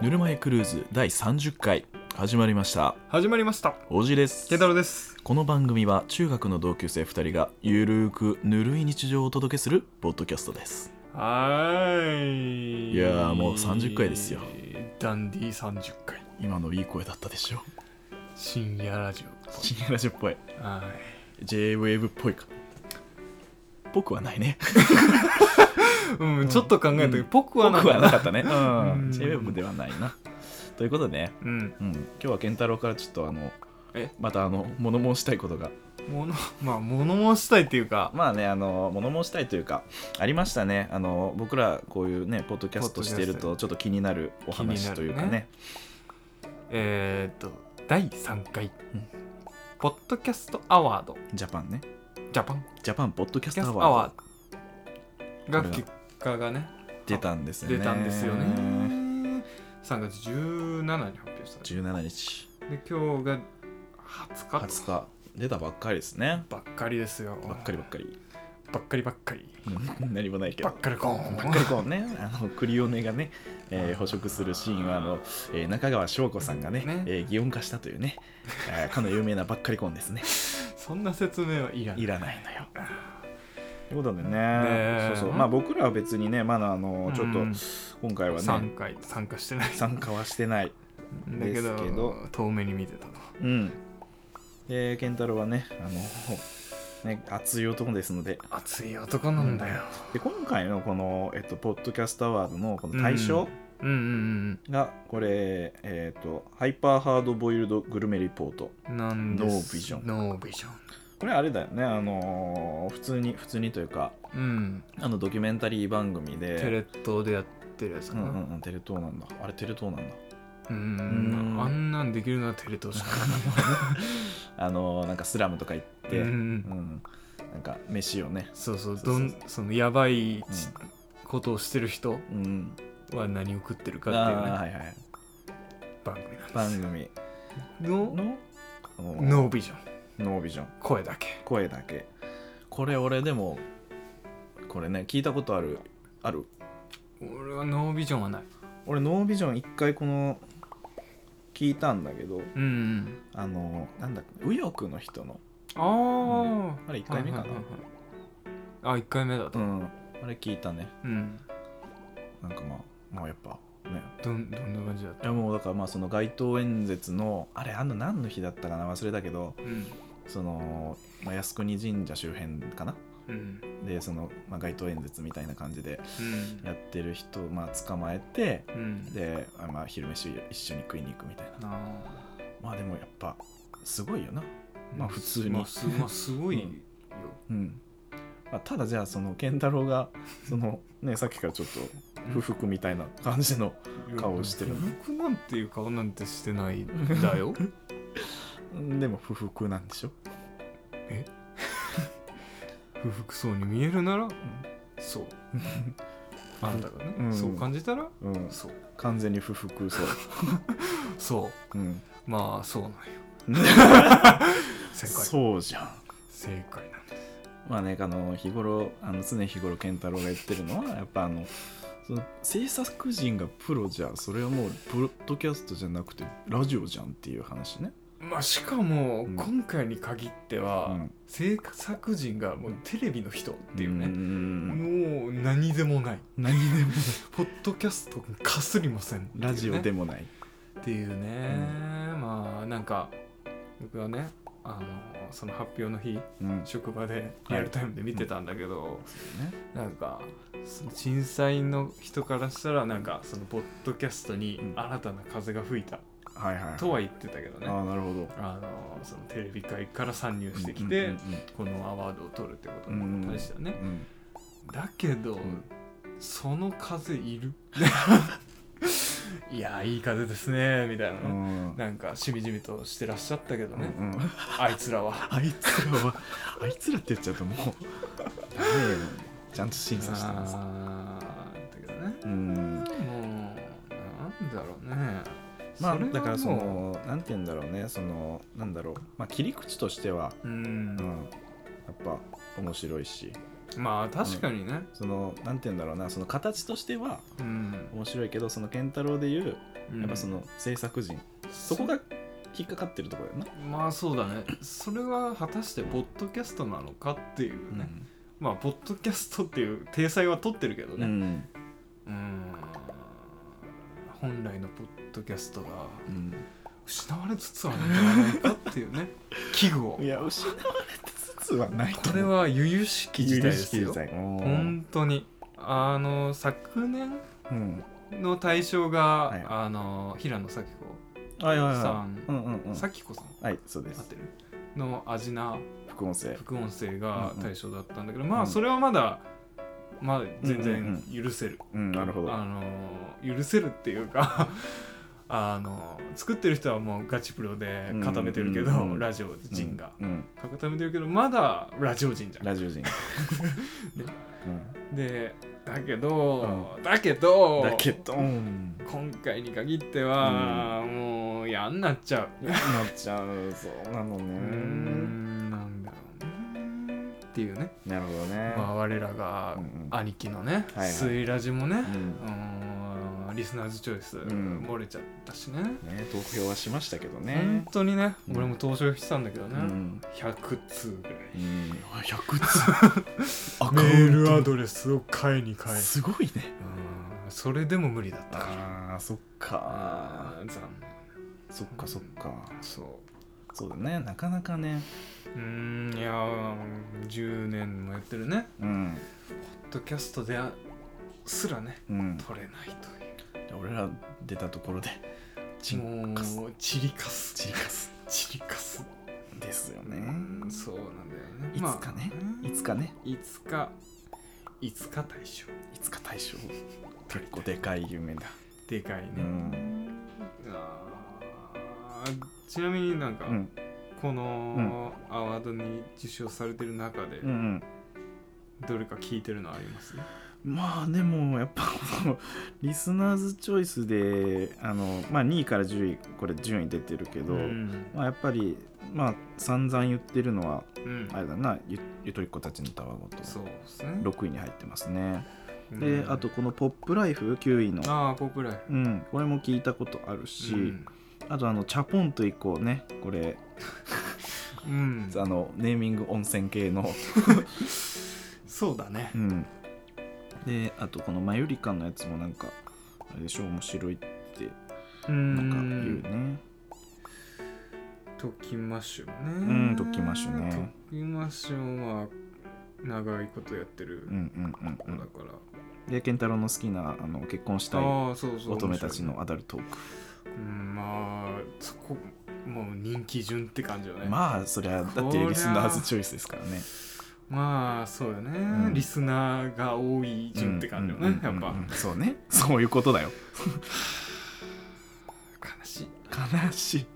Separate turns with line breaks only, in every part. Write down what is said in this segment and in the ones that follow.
ぬるま湯クルーズ第30回始まりました
始まりました
おじです
ケ太郎です
この番組は中学の同級生2人がゆるーくぬるい日常をお届けするポッドキャストです
はーい
いやーもう30回ですよ
ダンディ30回
今のいい声だったでしょ
深夜ラジオ
深夜ラジオっぽい
は
J-Wave っぽいか僕はないね
ーいうんちょっと考えたけ
う
ど
ん
僕はなん
僕
か
はなか
な
ったね、うん、
うん
J-Wave ではないなということでね、
うん
うん、今日は健太郎からちょっとあの
え
またあの物申したいことが
もの まあ物申したいっていうか
まあねあの物申したいというかありましたねあの僕らこういうねポッドキャストしてる
ポ
とちょっと気になるお話というかね
えーっと第3回
うん
ポッドキャストアワード
ジャパンね
ジャパン
ジャパンポッドキ
ポッド
ャス
キャ
ト
ス
ア
トア
ワー
ワ
ド
ードが結果がね
出たんですよね
出たんですよね3月17日に発表した
17日
で今日が20日
20日出たばっかりですね
ばっかりですよ
ばっかりばっかり
ばっかりばっかり
うん何もないけど
ばっかりコーン
ばっかりこうね、あのクリオネがね、えー捕食するシーンはあの、えー中川翔子さんがね
ね
えー擬音化したというね、えーかの有名なばっかりコンですね。
そんな説明はいらないい
らないのよ。ということでね、
え
そうそうまあ、僕らは別にね、まだあのちょっと
うん
今回はね、
参加参加してないだ
参加はしてない。
けど
ですけど
遠目に見てたの
うん、で、健太郎はね、あのね熱い男ですので
熱い男なんだよ
で、今回のこの、えっと、ポッドキャストアワードのこの対象、
うんうん
がこれ、えー、とハイパーハードボイルドグルメリポート
うんなんです
ノービジョン
ノービジョン
これあれだよねあのー普通に普通にというか
うん
あのドキュメンタリー番組で
テレ東でやってるやつ
う
か
んう
なん
うん、テレ東なんだあれテレ東なんだ
うん
うん
あんなんできるのはテレ東しか
あのーなんかスラムとか行っ
ない
て、
う
うん
ん
なんか飯をね、
そうそう
そうそ
ど
うん
そのやばいちことをしてる人
うん、
は何を食ってる
あ
か
ー
っていう
は
ね
いはい
番組なんです
番組
の
のあのー
ノービジョン
ノービジョン
声だけ
声だけこれ俺でもこれね聞いたことあるある
俺はノービジョンはない
俺ノービジョン一回この聞いたんだけど
うん、うん、
あのなんだっけ右翼の人の
あ、あ
あれ1回目かな、
はいはいはいはいあ1回目だと
うんあれ聞いたね
うん
なんかまあまあやっぱね
どんどんな感じだっ
い
た
やもうだからまあその街頭演説のあれあの何の日だったかな忘れたけど
うん
その、まあ、靖国神社周辺かな
うん
でその、まあ、街頭演説みたいな感じで
うん
やってる人をまあ捕まえて
うん
で、あまあ、昼飯一緒に食いに行くみたいな
あ
まあでもやっぱすごいよな
ー
まあ普通に
まあす,、まあ、すごいよ、
うん、まあ、ただじゃあその健太郎が そのねさっきからちょっと不服みたいな感じの顔をしてる
不服なんていう顔なんてしてないんだ よ
でも不服なんでしょ
不服そうに見えるなら、そう あんたがね、
うん
そう感じたら
うん
そう
完全に不服そう、
そ
うん、
うまあそうなんよ正解
そうじゃん
正解なんです
まあねあの日頃あの常日頃健太郎が言ってるのはやっぱあのその制作人がプロじゃそれはもうポッドキャストじゃなくてラジオじゃんっていう話ね、
まあしかも
うん
今回に限っては、
うん
制作人がもうテレビの人っていう
う
ね、
ん
もう何でもない
何でも
ポッドキャストかすりませんっていうね、
ラジオでもない、
っていうね、まあなんか僕はねあのその発表の日
うん
職場で
はい
リアルタイムで見てたんだけど、
ね
なんかその震災の人からしたらなんかそのポッドキャストに
うん
新たな風が吹いた
はいはい
とは言ってたけどね、
ああなるほど
あのそのテレビ界から参入してきて、
うんうんうん
このアワードを取るってことに対してはね、
うん
だけど、
ん
その風い るいやいい風ですねみたいなね、
うん
なんかしみじみとしてらっしゃったけどね、
うんうん
あいつらは
あいつらはあいつらって言っちゃうともうダメよちゃんと審査してます
あーだけどね
うん
もうなんだろうね
まあ
れはもう
だからそのなんて言うんだろうねそのなんだろうまあ切り口としては
う
う
ん
んやっぱ面白いし
まあ確かにね
そのなんて言うんだろうなその形としては
うん
面白いけどその健太郎で言うやっぱその制作陣そこが引っかかってるところだよな、
まあそうだねそれは果たしてポッドキャストなのかっていうね、まあポッドキャストっていう体裁は取ってるけど
う
ね
ん
うん本来のポッドキャストが
うん
失われつつあるんじゃないかっていう ね危惧を
いや失われつつはないと
これ
思う
は由々しき事態ですよ
有識時代うん
本当にあの昨年
うん
の対象が、
はい
あの平野咲
はいはい
子
はい
さん、
うんうんうん
咲子さん
はいそうで
合っ
す
てるのアジナ
副音声
副音声が対象だったんだけど、
ん
まあそれはまだまあ全然
うん
許せる、
うんなるほど
あの許せるっていうか あの作ってる人はもうガチプロで固めてるけど、
うんうんうん
ラジオ人が、
うんうん
固めてるけどまだラジオ人じゃん
ラジ オ人う
でだけど、だけど
んだけどうん
今回に限っては、もう嫌になっちゃう
なっちゃうそうなの
うー
ね
んなんだろうねっていうね、
なるほどね
まあ、我らが
うんうん
兄貴のね、
はいはい
スイラジもね、
う
うんーん、リスナーズチョイス、
ん
漏れちゃったしね
ね投票はしましたけどね
本当にね、
うん
俺も投票してたんだけどね、
うん
100通ぐらい
うん100通
メールアドレスを買いに
ア
変え、
すごいね
うんそれでも無理だったから
あーそっか
うん残
そっかそっか
念そう
そうだねなかなかね
うーんいやー10年もやってるね
うん
ポッドキャストですらね
うん
取れないと
俺ら出たところでチ
いう
ンカス
もうチリカス
チリカス
チリカス
ですよね
そうなんだよね
いつかね
まあ
いつかね
いつかいつか大賞
いつか大賞結構でかい夢だ
でかいね、
うん
あーちなみになんか、
うん
このアワードに受賞されてる中で、
うんうん
どれか聞いてるのあります
まあでもやっぱこの リスナーズチョイスであの、まあ、2位から10位これ順位出てるけど、
ん
まあ、やっぱりまあ散々言ってるのは
うん
あれだなゆゆとりっ子たちのたわごと
そうですね
6位に入ってますね、
う
で
ん
あとこの「ポップライフ9位の、
ああポップライフ
うん、これも聞いたことあるし、
うん
あとあの「チャポンと行こうね」これ
うん、
あのネーミング温泉系の、
そうだね
うん、であとこの「マユリカ」のやつもなんかあれでしょ面白いって
うん
なんか言うね
ときましょうね
うんときましょうね
ときましょうは長いことやってる
うんうん
子
う
だ
ん
か
うんで健太郎の好きなあの結婚した
ら、
い
ああそうそう
乙女たち
面
のアダルトーク、
白いねうんまあそこもう人気順って感じよねま
まあそりゃだってリスナーズチョイスですからね
あそうよね、
ん
リスナーが多い順って感じよね、
うんうんうん
やっ
うんそうねそういうことだよ
ぱ悲しい
悲しい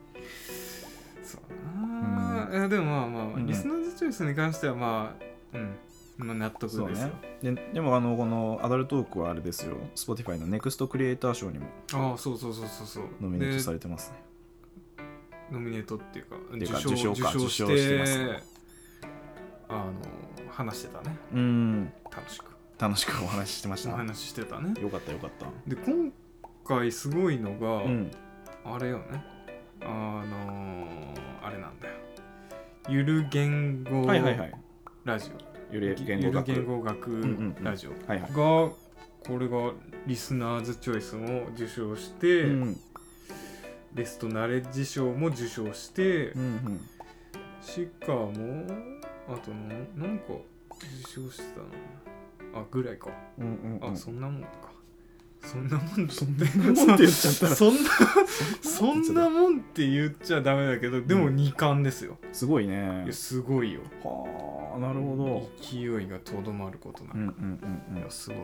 そうだな、いやでもまあまあ、
うん
リスナーズチョイスに関してはまあうんまあ納得です
そ
よ
うねででもあのこのアダルトークはあれですよ Spotify のネクストクリエイター賞にも
ああそうそうそうそうそう
ノミネート
で
されてますね
ノミネートっていうか
いうか
受賞
受賞か
受賞して
受賞してますね
あの話してたね
うん
楽しく
楽しくお話ししてました
お
よ
話ししてたね
かったよかった
で今回すごいのが、
うん
あれよねあのーあれなんだよゆる言語
はいはいはい
ラジオ、
ゆる言語学
ゆる言語学
んうん
ラジオ
はいは
が
い
これがリスナーズチョイスも受賞して、
うん
ベストナレッジ賞も受賞して、
うんうん
しかもあとななんか受賞してたなあぐらいか
うんうん
あ、
うん
そんなもんかそんなもんそん
なもんって言っちゃったら
そんなそんなもんって言っちゃダメだけどでも2冠ですよ、
すごいね
いやすごいよ
はあなるほど
勢いがとどまることな
うん
い、
うんうん
いうやすごい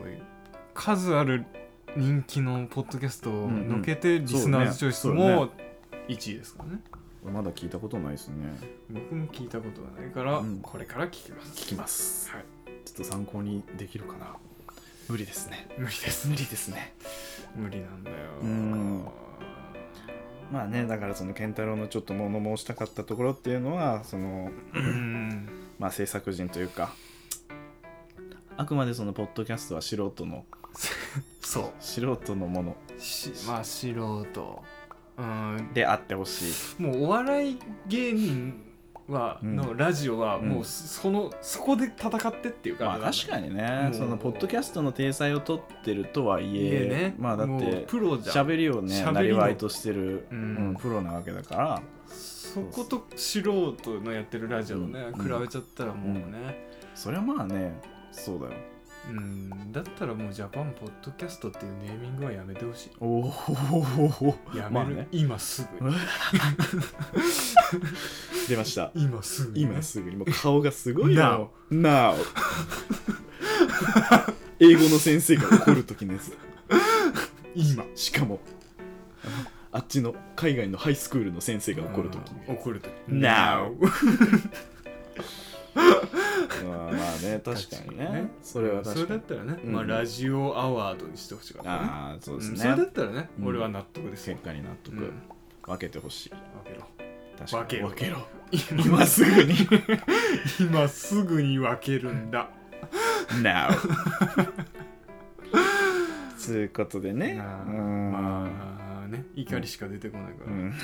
数ある人気のポッドキャストをのけてリスナーズチョイス
そうねそう
も1位ですからね
んまだ聞いたことないですね
僕も聞いたことがないから、
うん
これから聞きます
聞きます
はい
ちょっと参考にできるかな無理ですね
無理です
無理ですね
無理なんだよ
うんまあねだからその健太郎のちょっと物申したかったところっていうのはその
うん
まあ制作人というかあくまでそのポッドキャストは素人の
そ
素人のもの
うしまあ素人うん
であってほしい
もうお笑い芸人は
うん
のラジオは
うん
もうそのそこで戦ってっていう
まあ
か
確かにね
もう
そのポッドキャストの体裁を取ってるとはい
い
え
えね
まあだっ
もう
て
プロじゃん
喋りをね
喋りの
なりわいとしてる、
う
うんんプロなわけだから
そこと素人のやってるラジオね、
うん
比べちゃったらもうね、
それはまあねそうだよ
うんだったらもうジャパンポッドキャストっていうネーミングはやめてほしい
おお
やめ
まあ
る、
ね
今すぐ
出ま した
今すぐ、
今すぐにもう顔がすごい
Now
よ Now 英語の先生が怒る時のやつ
今
しかもあのあっちの海外のハイスクールの先生が怒る時
うん怒るとき
Now まあまあね確かにね
確かにね
それは
それ
確
だ
か
っ
に
たらね、
うん
まあラジオアワードにしてほしかったね
ああそうです
うん
ね
それだったらね、
うん
俺は納得ですよ
結、果に納得、
うん
分けてほしい
分けろ
確かに
分けろ
分けろ今すぐに
今すぐに分けるんだ
Now つうことでね
なあ
うん
まあね怒りしか出てこないか
う
ら、
ん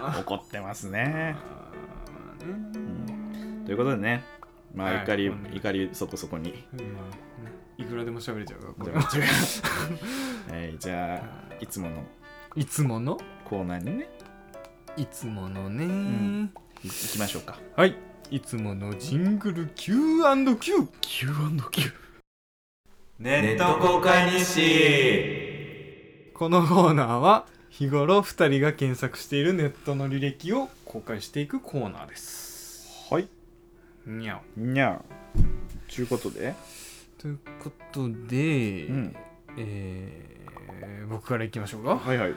あ
怒ってますね
あーね
うんということでねまあ
はい
怒り、
こんな
怒りそこそこ に
まあ、いくらでも喋れちゃうからこ
じ
れ
ゃあ
は
こっちがはいじゃあいつもの
いつもの
コーナーにね
いつものね、
んいいきましょうか
はいいつものジングル Q&Q
Q&Q
ネット公開日誌
このコーナーは日頃2人が検索しているネットの履歴を公開していくコーナーです
はい
にゃ
にゃあちゅうことで
おということで、
うん
えー僕からいきましょうか、
はいはい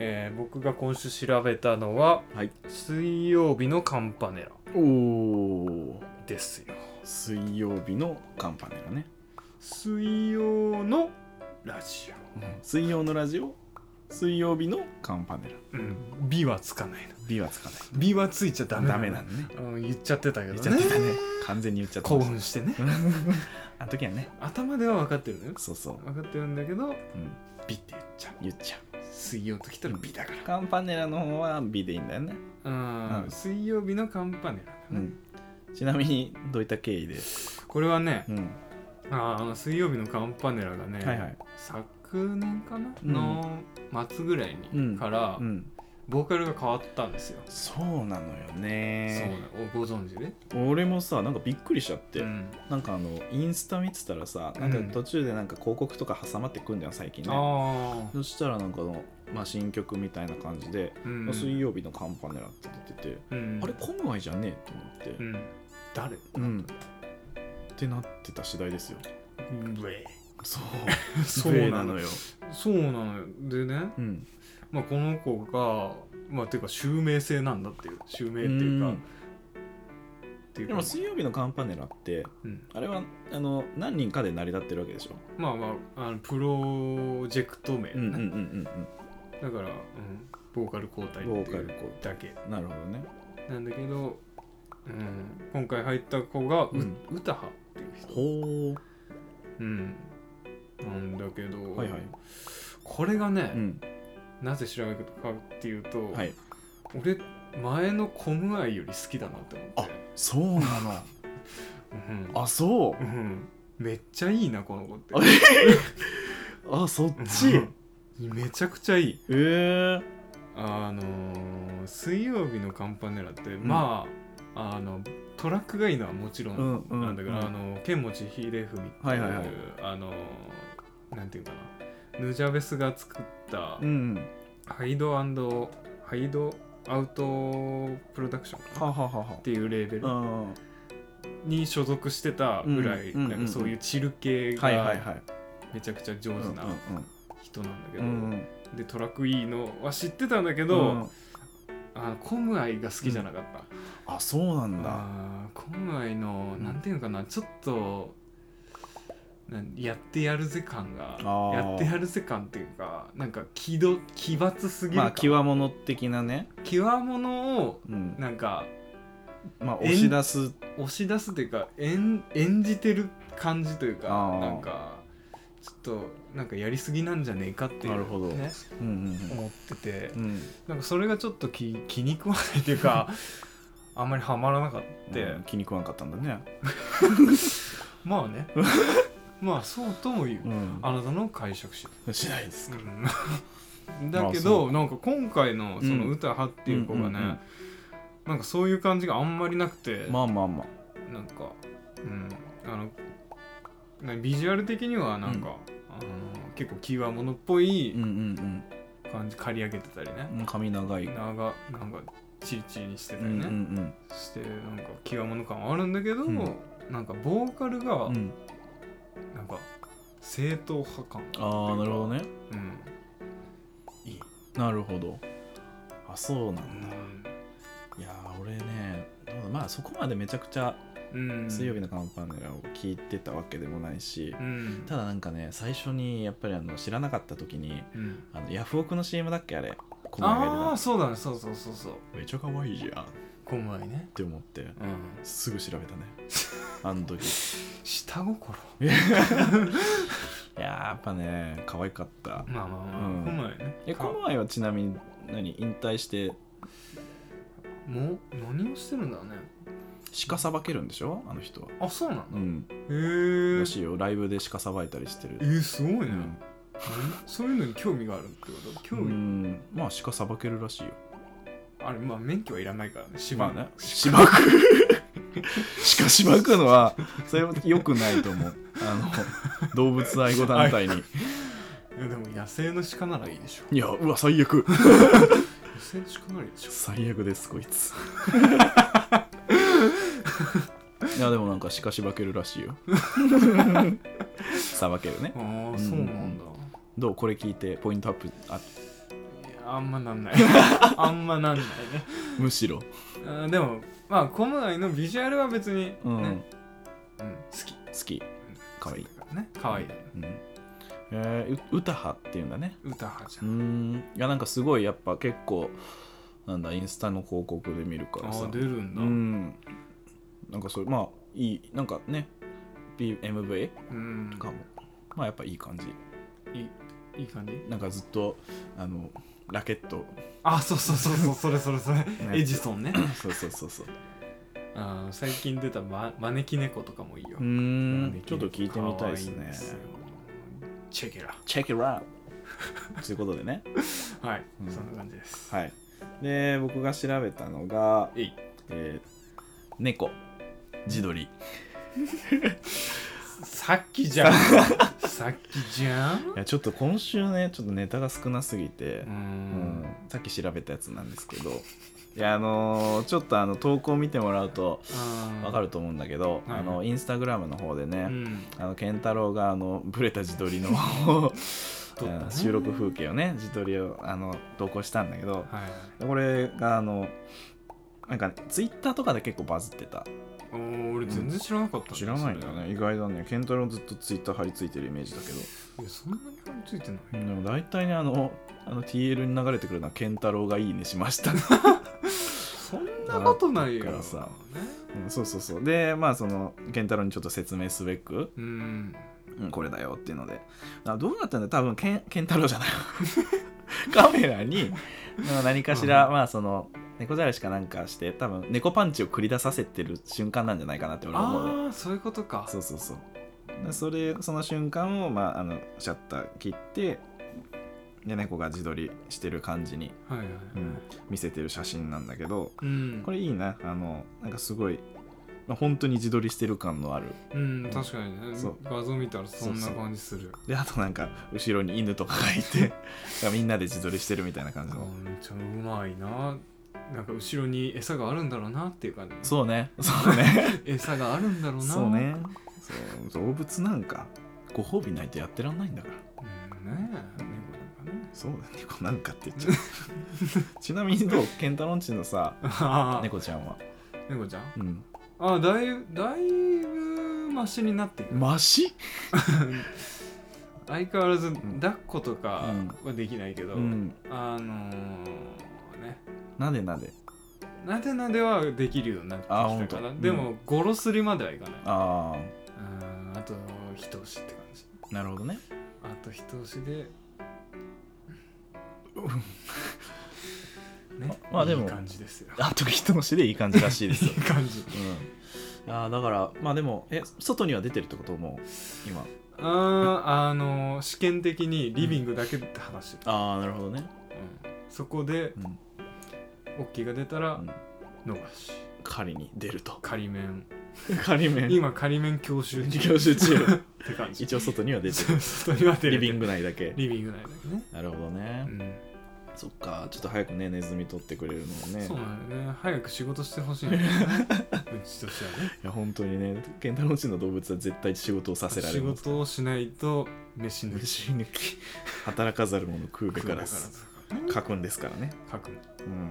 えー僕が今週調べたのは
はい
水曜日のカンパネラ
おお
ですよ
水曜日のカンパネラね
水曜のラジ
水曜のラジオ水曜日のカンパネ
オ、
ラ
うん、美はつかないの
B はつかない
美はついちゃダメ
ダメなのね
うん、言っちゃってたけ
言っち
ど
ゃって
ね
たね完全に言っちゃって
興
まし
奮してね
たあの時はね
頭では分かってるのよ
そうそう、
分かってるんだけど
うん、
美って言っちゃう
言っちゃう
水曜と来たら美だから
カンパネラの方は B でいいんだよね、
うん、
うん
水曜日のカンパネラだね、
うん、ちなみにどういった経緯で、
これはね
うん、
あー水曜日のカンパネラがね、
はいはい
昨年かな、
うん
の末ぐらいにから、
うん、
ボーカルが変わったんですよ、
そうなのよ
そう
ね
だご存知で、
俺もさなんかびっくりしちゃって、
うん
なんかあのインスタ見てたらさなんか途中でなんか広告とか挟まってくんじゃん最近ね、
ああ、
そしたらなんかあの、まあ、新曲みたいな感じで、
うん
水曜日のカンパネラって出てて、
うん
あれ今回じゃねえと思って、
うん、誰
うんってなってた次第ですよそう
そうなの
よ、
そうなのよでね、
うん、
まあ、この子がまあていうか襲名性なんだっていう襲名っていうか
う
っ
ん
ていう
で
か
も水曜日のカンパネラって
うん、
あれはあの何人かで成り立ってるわけでしょ、
まあまああのプロジェクト名、ね
うんうんうん
だから、うん、ボーカル交代
うんうんボ
って
ーカ
い
ル
う
こ
だけ
うなるほどね
なんだけど、うん、今回入った子がう、
うん
歌派っていう人、
ほ
うん、なんだけど、
はいはい
これがね、
ううん
なぜ調べたかっていうと、
はい
俺前のコムアイより好きだなって思って
そうなの
うん
あそ
うんめっちゃいいなこの子って
あうあそっち
うんめちゃくちゃいい
えー、
あのー水曜日のカンパネラって、まああのトラックがいいのはもちろ
うん
ん
うん
なんだけど、
うん
あの剣持秀文っていう、
はいはいはい
あのーなんていうかなヌジャベスが作った
うん
ハイドハイドアウトプロダクションかな
はははは
っていうレーベル
うん
に所属してたぐらい、
うんうん
なんかそういうチル系
はいはい
が
はい
めちゃくちゃ上
う
手
ん
な人なんだけ
う
ど、
んうん
でトラックいいのは知ってたんだけ
け
ど、あのコムアイが好きじゃなかった、
あそうなんだ
あーコムアイの
うん
なんていうのかな、ちょっとなんやってやるぜ感が
ー
やってやるぜ感っていうかなんか気ど奇抜すぎる
ま
か
あ極物的なね、
極物を
うん、
なんか
まあ押し出す
押し出すというか演演じてる感じというか
あー
なんかちょっとなんかやりすぎなんじゃねえかっていう、
なるほど
ね、
うん
思ってて
うんうん
なんかそれがちょっと気気に食わないという かあんまりハマらなかっ
うん
た、
うん気に食わんかったんだね
まあね まあそうとも言う、
うん
あなたの解釈し、
しないです
うん だけ
まあそ
ど、なんか今回のその
うん
歌派っていう子がね、
うんうんうん
なんかそういう感じがあんまりなくて、
まあまあまあ
なんか、うん、あのなビジュアル的にはなんか、あの結構キーワーものっぽ
うん
い
うん
感じ刈り上げてたりね
う、ん髪長い
長なんかチリチリにして
う
たり
ん
ね、
うん
してなんかキーワーもの感はあるんだけど、
うん
なんかボーカルが
うんうん
なんか正統派感、
ああなるほどね
うん、いい、
なるほどあそうなんだ
う
いやー俺ねどうだまあそこまでめちゃくちゃ
ん、
水曜日のカンパネラを聞いてたわけでもないし
うん
ただなんかね最初にやっぱりあの知らなかった時に
うん、
あのヤフオクの CM だっけあれこの
ああ
間
そうだねそうそうそうそう
めっちゃ可愛いじゃんっ
こまいね
て思って
うん
すぐ調べ たねあの時
下心
いやーやっぱね可愛かった
まあまあまあ、
うん
こまいね
え
か
この前はちなみに何引退して
もう何をしてるんだろうね
鹿さばけるんでしょあの人は
あそうなん
う
だ、
ん
へえ
らしいよライブで鹿さばいたりしてる
えー、すごいね、
うん
何そういうのに興味があるってこと興
う
味、
んまあ鹿さばけるらしいよ
あれまあ免許はいらないからね芝
まあねしば くしかしばくのはそれは良くないと思うあの動物愛護団体に
いやでも野生の鹿ならいいでしょ
いやうわ最悪
野生の鹿ならいいでしょ
最悪です こいついやでもなんか鹿しばけるらしいよ さばけるね
ああそうなんだ、
どうこれ聞いてポイントアップあ
いやあんまなんないあんまなんないね
むしろ、
あーでもまあコムアイのビジュアルは別にね、
うん
うん、好き
好きかわいい、
ねかわいい
うんえー、う歌派っていうんだね
歌派じ
うーんいやなんかすごいやっぱ結構なんだインスタの広告で見るか
ゃん
ら
あ
さ
あ出るん
う
だ、
んなんかそれまあいいなんかね B- MV
うん
かもまあやっぱいい感じ
いい感じ
なんかずっとあのラケッ ト
あそうそうそうそ うそれそれそれ、エジソンね
そうそうそうそう
あー最近出た、ま、招き猫とかもいいよ、
うーんちょっと聞いてみたいです
可愛
ね
んよチェケラ
チェックイッということで ね
はい、
うん
そんな感じです
はいで僕が調べたのが
えい
えー猫自撮り
さっきじ ゃんさっきじゃん
いやちょっと今週ねちょっとネタが少なすぎて、
う
うん
ん、
さっき調べたやつなんですけどいやあのーちょっとあの投稿見てもらうとわか
る
ると思うんだけど、
はい
あのインスタグラムの方で
う
ね、
ん
あの健太郎があのブレた自撮 りの
撮ったね
あの収録風景をね自撮りをあの投稿したんだけど
はい
これがあのなんか、ね、ツイッターとかで結構バズってた
おー俺全然知らなかった、
知らないんだね意外だね健太郎ずっとツイッター張り付いてるイメージだけど
それいやそんなに感じついてない
でも大体ねあのあの TL に流れてくるのは健太郎がいいねしま した
そんなことないよ
だからさ
ね
うんそうそうそうでまあその健太郎にちょっと説明すべく、
うん
うん、これだよっていうのであどうなったんだ多分けん健太郎じゃない カメラにまあ何かしら、
うん
まあその猫じゃらしかなんかして多分猫パンチを繰り出させてる瞬間なんじゃないかなって俺は思うの
ああそういうことか
そうそうそうでそれその瞬間を、まあ、あのシャッター切ってで猫が自撮りしてる感じに、
はいはいはい
うん見せてる写真なんだけど
うん
これいいなあのなんかすごい、まあ、本当に自撮りしてる感のある
うん確かにね
そう
画像見たらそんな感じする
であとなんか後ろに犬とかがいてみんなで自撮りしてるみたいな感じ
あ
の
ーめっちゃうまいななんか後ろに餌があるんだろうなっていう感じ
そうねそうね
餌があるんだろうな
そうねそう動物なんかご褒美ないとやってらんないんだから
うんねえ猫なんかね
そうだね猫なんかって言っちゃ うちなみにどうケンタロンチのさ
あー
猫ちゃんは
猫ちゃん
うん
あーだいぶだいぶマシになってくる
マシ
相変わらず
ん
抱っことかはできないけど、
うん
あのーね
なでなで
なでなではできるようになってき
あーほん
た
と
か
う
ら
ん
でもゴロすりまではいかない
ああ
うんあと人押しって感じ
なるほどね
あと一押しでね
まあでも
いい感じですよ
あと人の死でいい感じらしいです
いい
よ、
感じ
うん、あーだからまあでもえ外には出てるってことも今
あーあのー試験的にリビングだけって話してた、
ああなるほどね、
うんそこで
うん
オッキーが出たら
うん
逃し
仮に出ると
仮面
仮面
今仮面教習中
教習中
って感じ
一応外には出て
そう外には出れ
るリ
て
ビ
る
ング内だけ
リビング内だけどね、
なるほどね、そっかちょっと早くねネズミ取ってくれるのも
うん
ね
そうなんだよね早く仕事してほしいんだよねうちとしてはね
いや本当にねケンタロウチの動物は絶対仕事をさせられ
仕
る
事をしないと飯抜き
虫抜 き働かざる者食うべ
食うべか
か
らら
ず
とかね
書くんですからね
書くの
うん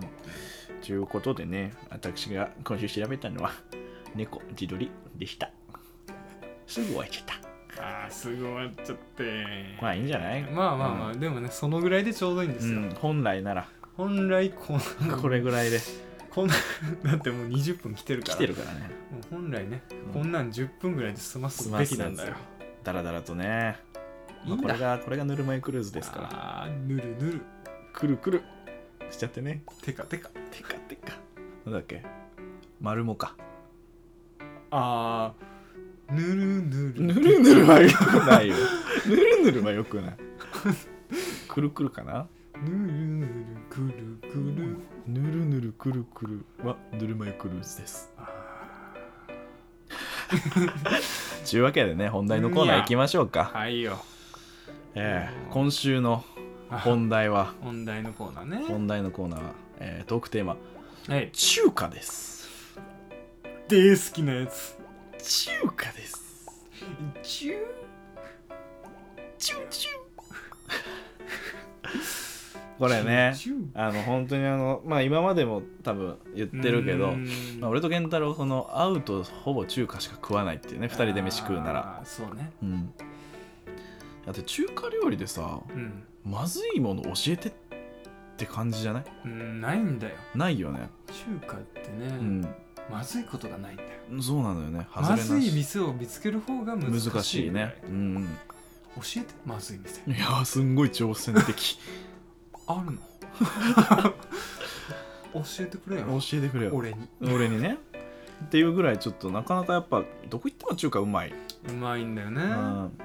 ということでね私が今週調べたのは猫自撮りでしたすぐ終わっちゃっ
ああすぐ終わっちゃって
たまあいいんじゃない
まあまあまあ、でもねそのぐらいでちょうどいいんで
う
すよ、
ん、本来なら
本来こん
これぐらいで
こんなだってもう20分来てるから
来てるからね
もう本来ね、
うん
こんなん10分ぐらいで済ますべきなんだよ
ダラダラとねまあ
いいんだ
これがこれがぬるま湯クルーズですから
あーぬるぬる
くるくるしちゃってね
てかてか
てかてかなんだっけ丸もか
あーぬるぬる
ぬるぬるはよくないよ ぬるぬるはよくないくるくるかな
ぬるぬるくるくる
ぬるぬるくるくるはぬるま湯クルーズです というわけでね本題のコーナー行きましょうか、
はいよ
ええ今週の本題は
本題のコーナーね
本題のコーナーは、えートークテーマ
はい
中華です
大好きなやつ
中華です
チュー
チュンチュン これね
チュー
あの本当にあのまあ今までも多分言ってるけ
う
ど
ーん
まあ、俺と健太郎その会うとほぼ中華しか食わないっていうね2人で飯食うなら
あーそうね
うんだって中華料理でさ
うん
まずいもの教えてって感じじゃない
うんないんだよ
ないよね
中華ってね、
うん、
まずいことがないんだよ
そうなのよね
まずい
し
店を見つける方が難しい
難しいねうん
教えてまずい店
うんいやーすんごい挑戦 的
あ るの教えてくれ
教
よ
えてくれよ
俺に
俺にねっていうぐらいちょっとなかなかやっぱどこ行っても中華うまい、
うまいんだよね
う、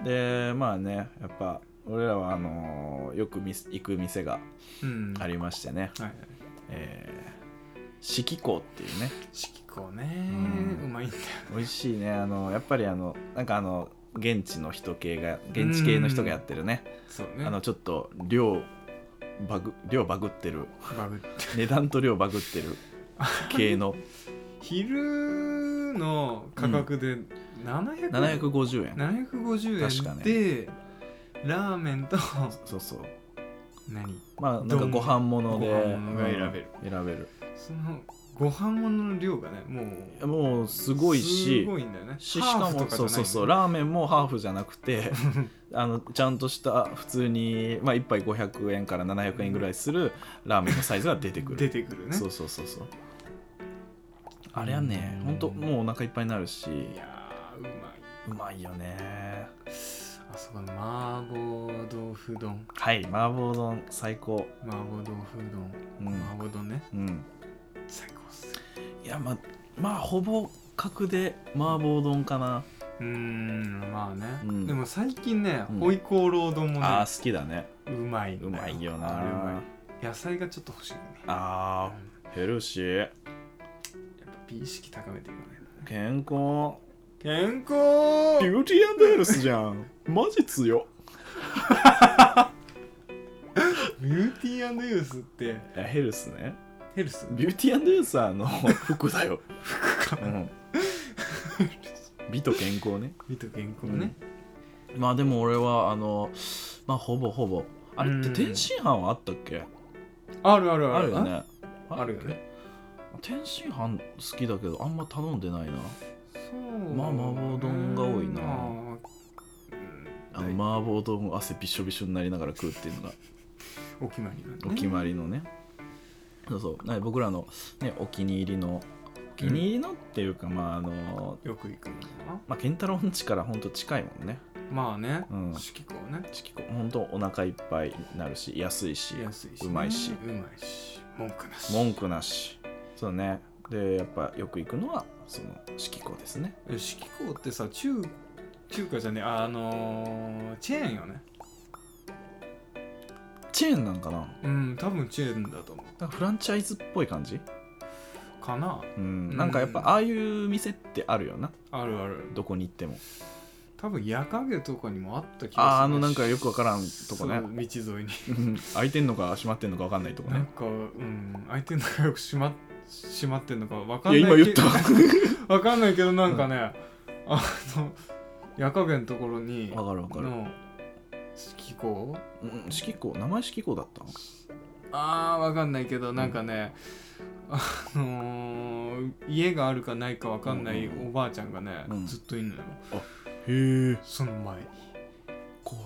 ん、でまあねやっぱ俺らはあのーよくみ行く店が
うん
ありましてね、
はいはい
えー四季香っていうね
四季子ね、
うん
うまいんだよ
美味しいねあのやっぱりあのなんかあの現地の人系が現地系の人がやってるね
そうね
あのちょっと量バグ量バグってる
バグ
値段と量バグ ってる系の
昼の価格で700
750円確か
750円で、ラーメンと
そうそう
何
まあなんかご飯物で
ご飯物が選べる、
うん選べる
そのご飯物の量がねもう
もうすごい
す
し
ごいんだよね
しし
ハ
か
ーフと
も
かじゃない
そうそうそうラーメンもハーフじゃな くてあのちゃんとした普通に、まあ、1杯500円から700円ぐらいするラーメンのサイズが出てくる
出てくるね
そうそうそうそうあれはねほんともうお腹いっぱいになるし
いやーうまいう
まいよね
あそこの麻婆豆腐丼
はい麻婆丼最高
麻婆豆腐丼
うん
麻婆丼ね
うん
最高っす
いやまあまあほぼ格で麻婆丼かな、
うーんまあね、
うん
でも最近ね
うん
ホイコーロー丼もね
ああ好きだね
うまいんだ
うまいよ
あれう
な
まい野菜がちょっと欲しいよね
あ
うん
ーヘルシー
やっぱ美意識高めていかないとね
健康
健
ビ
康
ューティーヘルスじゃんマジ強
ビューティーユースって
いやヘルスね
ヘルス
ビューティーヘルスはあの 服だよ服か、うん、美と健康ね
美と健康ね、
まあでも俺はあのまあほぼほぼあれって
うん
天津飯はあったっけ
あるあるある
あるよね
あるよね
天津飯好きだけどあんま頼んでないな
そう
まあ麻婆丼が多いな
まあ
あ
うん
の麻婆丼汗びしょびしょになりながら食うっていうのが
お決まりなんだ
お
ね
決まりのねそうそうなんか僕らの、ね、お気に入りのお気に入りのっていうか、まああの
よく行くのかな
まあ健太郎ん家からほんと近いもんね
まあね、
うん
四季子はね
チキコ本当お腹いっぱいになるし安いし
安いし、
うまいし
うまいし文句なし
文句なしそうねでやっぱよく行くのはその四季校ですね
え四季子ってさ中中華じゃねえああのーチェーンよね
チェーンなんかな
うん多分チェーンだと思
なんかフランチャイズっぽい感じ
うかな
うん
うん
なんかやっぱああいう店ってあるよな
あるある
どこに行っても
多分夜影とかにもあった気がするし
あーあのなんかよくわからんとこね
そう道沿いに
うん開いてんのか閉まってんのか分かんないとこ
なん
ね
か、うん、相手の仲良くしましまってんのかわかん
い
な
や
い
今言った
わかんないけどなんかね、あの夜影のところに
わかるわかる
の気候
うんうん四季校名前四季校だったの
あーわかんないけどなんかね、あのー家があるかないかわかんない
うんうん
おばあちゃんがね、
うん
ずっといるのよ
へえ
その前に
怖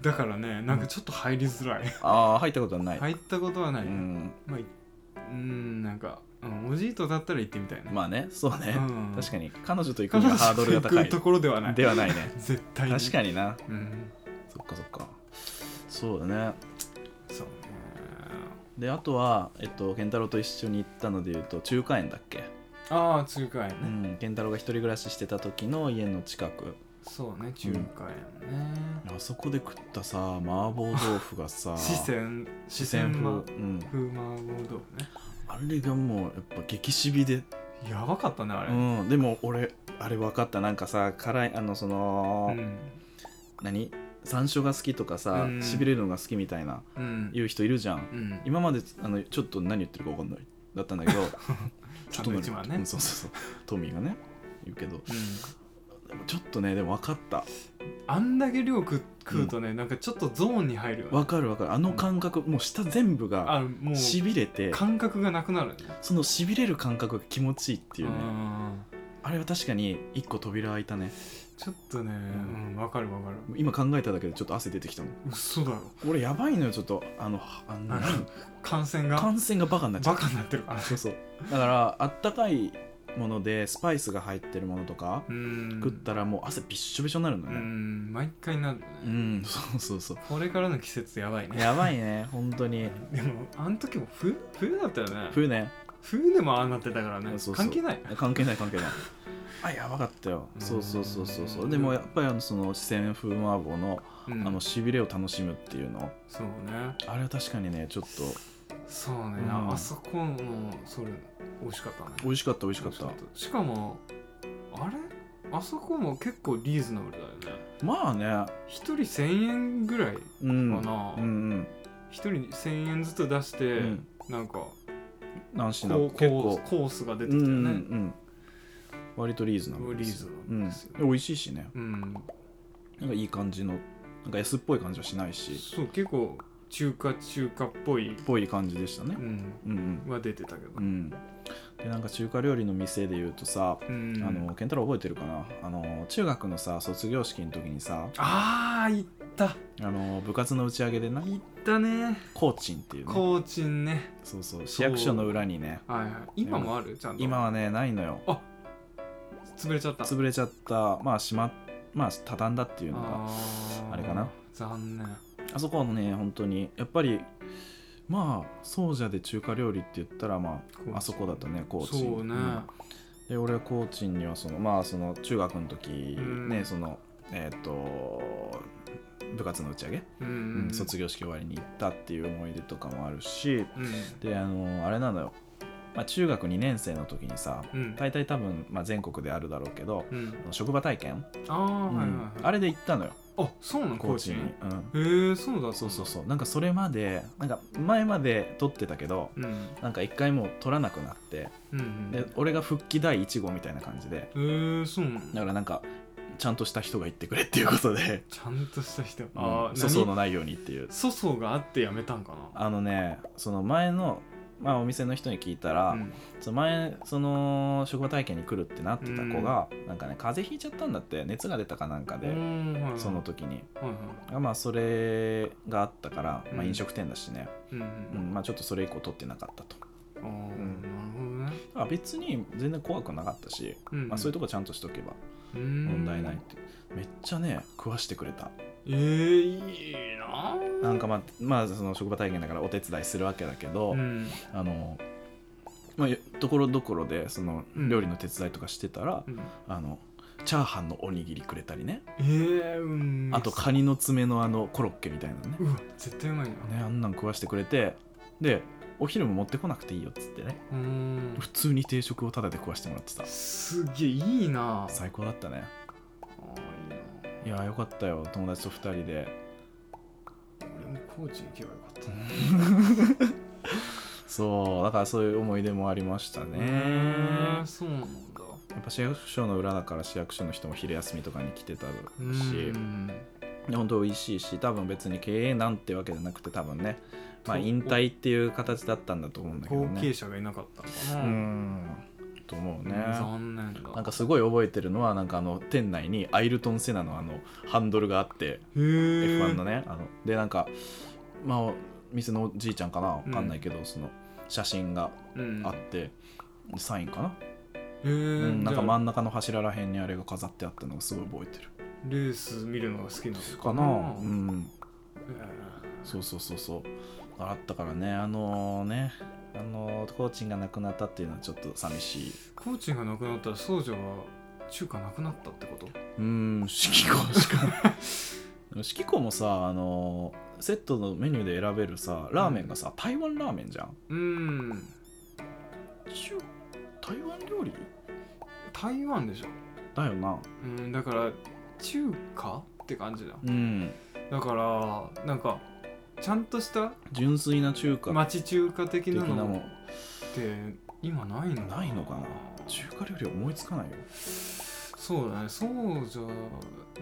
だからねなんかちょっと入りづらい、
ああ入ったことはない、
入ったことはない、
うん
まあいうんなんか、うん、おじいとだったら行ってみたいね、
まあねそうね、
うん
確かに彼女と行く
彼
に
女
はハードルが高
行くと
い
ころではない
ではないね
絶対
確
に、
かにな
うん、
そっかそっかそうだね
そうね
であとはえっと健太郎と一緒に行ったのでいうと中華園だっけ
ああ中華園ね、
うん健太郎が一人暮らししてた時の家の近く
そうね中華園ね、
あそこで食ったさ麻婆豆腐がさ
四川四
四
川
川風、
風
うん、
風麻婆豆腐ね
あれがもうやっぱ激しびで、
やばかったねあれ、
うん、でも俺あれ分かったなんかさ辛いあのその、
うん
何山椒が好きとかさ
うん
しびれるのが好きみたいな
うん
言う人いるじゃん
うん
今まであのちょっと何言ってるか分かんないだったん だけどちょっと
サンドイ
の
ッチマン
う
ね
ん、そうそうそうトミーがね言うけどでもちょっとねでも分かった
あんだけ量食食うとね、なんかちょっとゾーンに入るよね
分かる分かるあの感覚、もう舌全部が
あも
し
う
びれて
感覚がなくなるねっ
そのしびれる感覚が気持ちいいっていうね
ん
あれは確かに一個扉開いたね
ちょっとねうんわ、かるわかる
今考えただけでちょっと汗出てきたもん
嘘だろ
俺やばいのよちょっとあの あの
あの感染が
感染がバカになっちゃ
バ
う
カになってるから
そうそうだからあったかいものでスパイスが入ってるものとか
うん
食ったらもう汗びっしょびしょになるの
う
よね
ん毎回なるね、
うん、そうそうそう
これからの季節やばいね
やばいね本当に
でもあの時も冬冬だったよね
冬ね
冬でもああなってたからね
そうそう
関係ない
関係ない関係ないあやばかったよ
うん
そうそうそうそうそうでもやっぱりあのその四川風麻婆の
うん
あのしびれを楽しむっていうの
そうね
あれは確かにねちょっと
そうね、
うん
あそこのそれ美味しかったね
美味しかった美味しかっ
美
た
味ししかもあれあそこも結構リーズナブルだよね
まあね
一人1000円ぐらいか
うんうん
な
うん
一、人1000円ずつ出して、
うん
なんかこ
何
う
品も
コ
結
ー
構
スコースが出
う
て
んう
き
ん
たよ
う
ね、
ん割とリーズナブル
リ
で
ー
す
ズナ
う
ブル
ん
ですよ、
美味しいしね
うん、
なんかいい感じのなんか安っぽい感じはしないし
そう結構中華中華っぽい
っ、ぽい感じでしたね
うん、
うん
は出てたけど
うんうんでなんか中華料理の店で言うとさ
うん
あの健太郎覚えてるかなあの中学のさ卒業式の時にさ
あー行った
あの部活の打ち上げでな
行ったね
コーチンっていうね
高知ね
そうそう市役所の裏にね
はいはい今もあるちゃんと
今はねないのよ
潰れちゃった
潰れちゃったまあしままあ畳んだっていうのが
あー
あれかな
残念
あそこはね本当にやっぱりまあ総社で中華料理って言ったらま
高知
ああそこだったね高知
そうね、
んで俺は高知にはそのまあその中学の時ね、
うん
そのえっ、と部活の打ち上げ、
うん、
うん卒業式終わりに行ったっていう思い出とかもあるし
うん
であのあれなのよ、まあ、中学2年生の時にさ
うん
大体多分、まあ、全国であるだろうけど
うん
職場体験、
ああ
うん
はいはいは
あ
い
れで行ったのよ
あそうなの
高
高
知
知
に、う
にへ
ん、
えそうだ
そうそうそうなんかそれまでなんか前まで撮ってたけど
ううん
なんか一回もう撮らなくなって
うんうん
で俺が復帰第1号みたいな感じで
へえそうなの
だからなんかちゃんとした人が言ってくれっていうことで、
ちゃんとした人
うん
ああ
粗相のないようにっていう
粗相があってやめたんかな
あのねその前の、まあ、お店の人に聞いたら、
うん
その前その職場体験に来るってなってた子が、なんかね風邪ひいちゃったんだって熱が出たかなんか
う
で、
んはいはい
その時に
はいはい
まあそれがあったから、ま
う
あ、
ん
飲食店だしね、
うんう
うん
ん
まあ、ちょっとそれ以降取ってなかったと
ああー
ん
なるほどね
あ別に全然怖くなかったし、
うん
まあ、そういうとこちゃんとしとけば問
問
題ないって、めっちゃね食わしてくれた
えー、いいなぁ
なんかまあ、まあ、その職場体験だからお手伝いするわけだけど、
うん
あのまあところどころでその
うん
料理の手伝いとかしてたら、
うん
あのチャーハンのおにぎりくれたりね、
えー、うん
あとカニの爪のあのコロッケみたいなのね,、
うわ絶対うまいな
ねあんなん食わしてくれてでお昼も持ってこなくていいよっつってね
うん
普通に定食をタダで食わしてもらってた
すげえいいなぁ
最高だったね
あーいい
いやーよかったよ友達と2人で
なぁ俺も高知行けばよかったな
そうだからそういう思い出もありましたね
えー、そうなんだ
やっぱ市役所の裏だから市役所の人も昼休みとかに来てたし、
うん
で本当美味しいし多分別に経営なんてわけじゃなくて多分ね、まあ、
と
引退っていう形だったんだと思うんだけど
後継
ね
者がいなかったのか
う
な、
んと思うね
残念だ
なんかすごい覚えてるのはなんかあの店内にアイルトン・セナのあのハンドルがあって
へえ
F1 のねあのでなんかまあお店のおじいちゃんかなわかんないけど、その写真が
うん
あって、サインかな、
へえ、
うんなん
じ
か
ゃあ
真ん中の柱らへんにあれが飾ってあったのがすごい覚えてる
レース見るのが好きなの
かな
う
うんんそうそうそうそうあったからねあのねあのコーチンが亡くなったっていうのはちょっと寂しい
コーチが亡くなったら少女は中華なくなったってこと
うん四季校しか でも四季校もさあのセットのメニューで選べるさラーメンがさ、台湾ラーメンじゃん
うん
中台湾料理
台湾でしょ
だよな
うんだから中華って感じだ
うん
だからなんかちゃんとした
純粋な中華
町中華的
的
な
な
の
も
っ
ん
て今ないの
ないのかな中華料理思いつかないよ
そうだねそうじゃ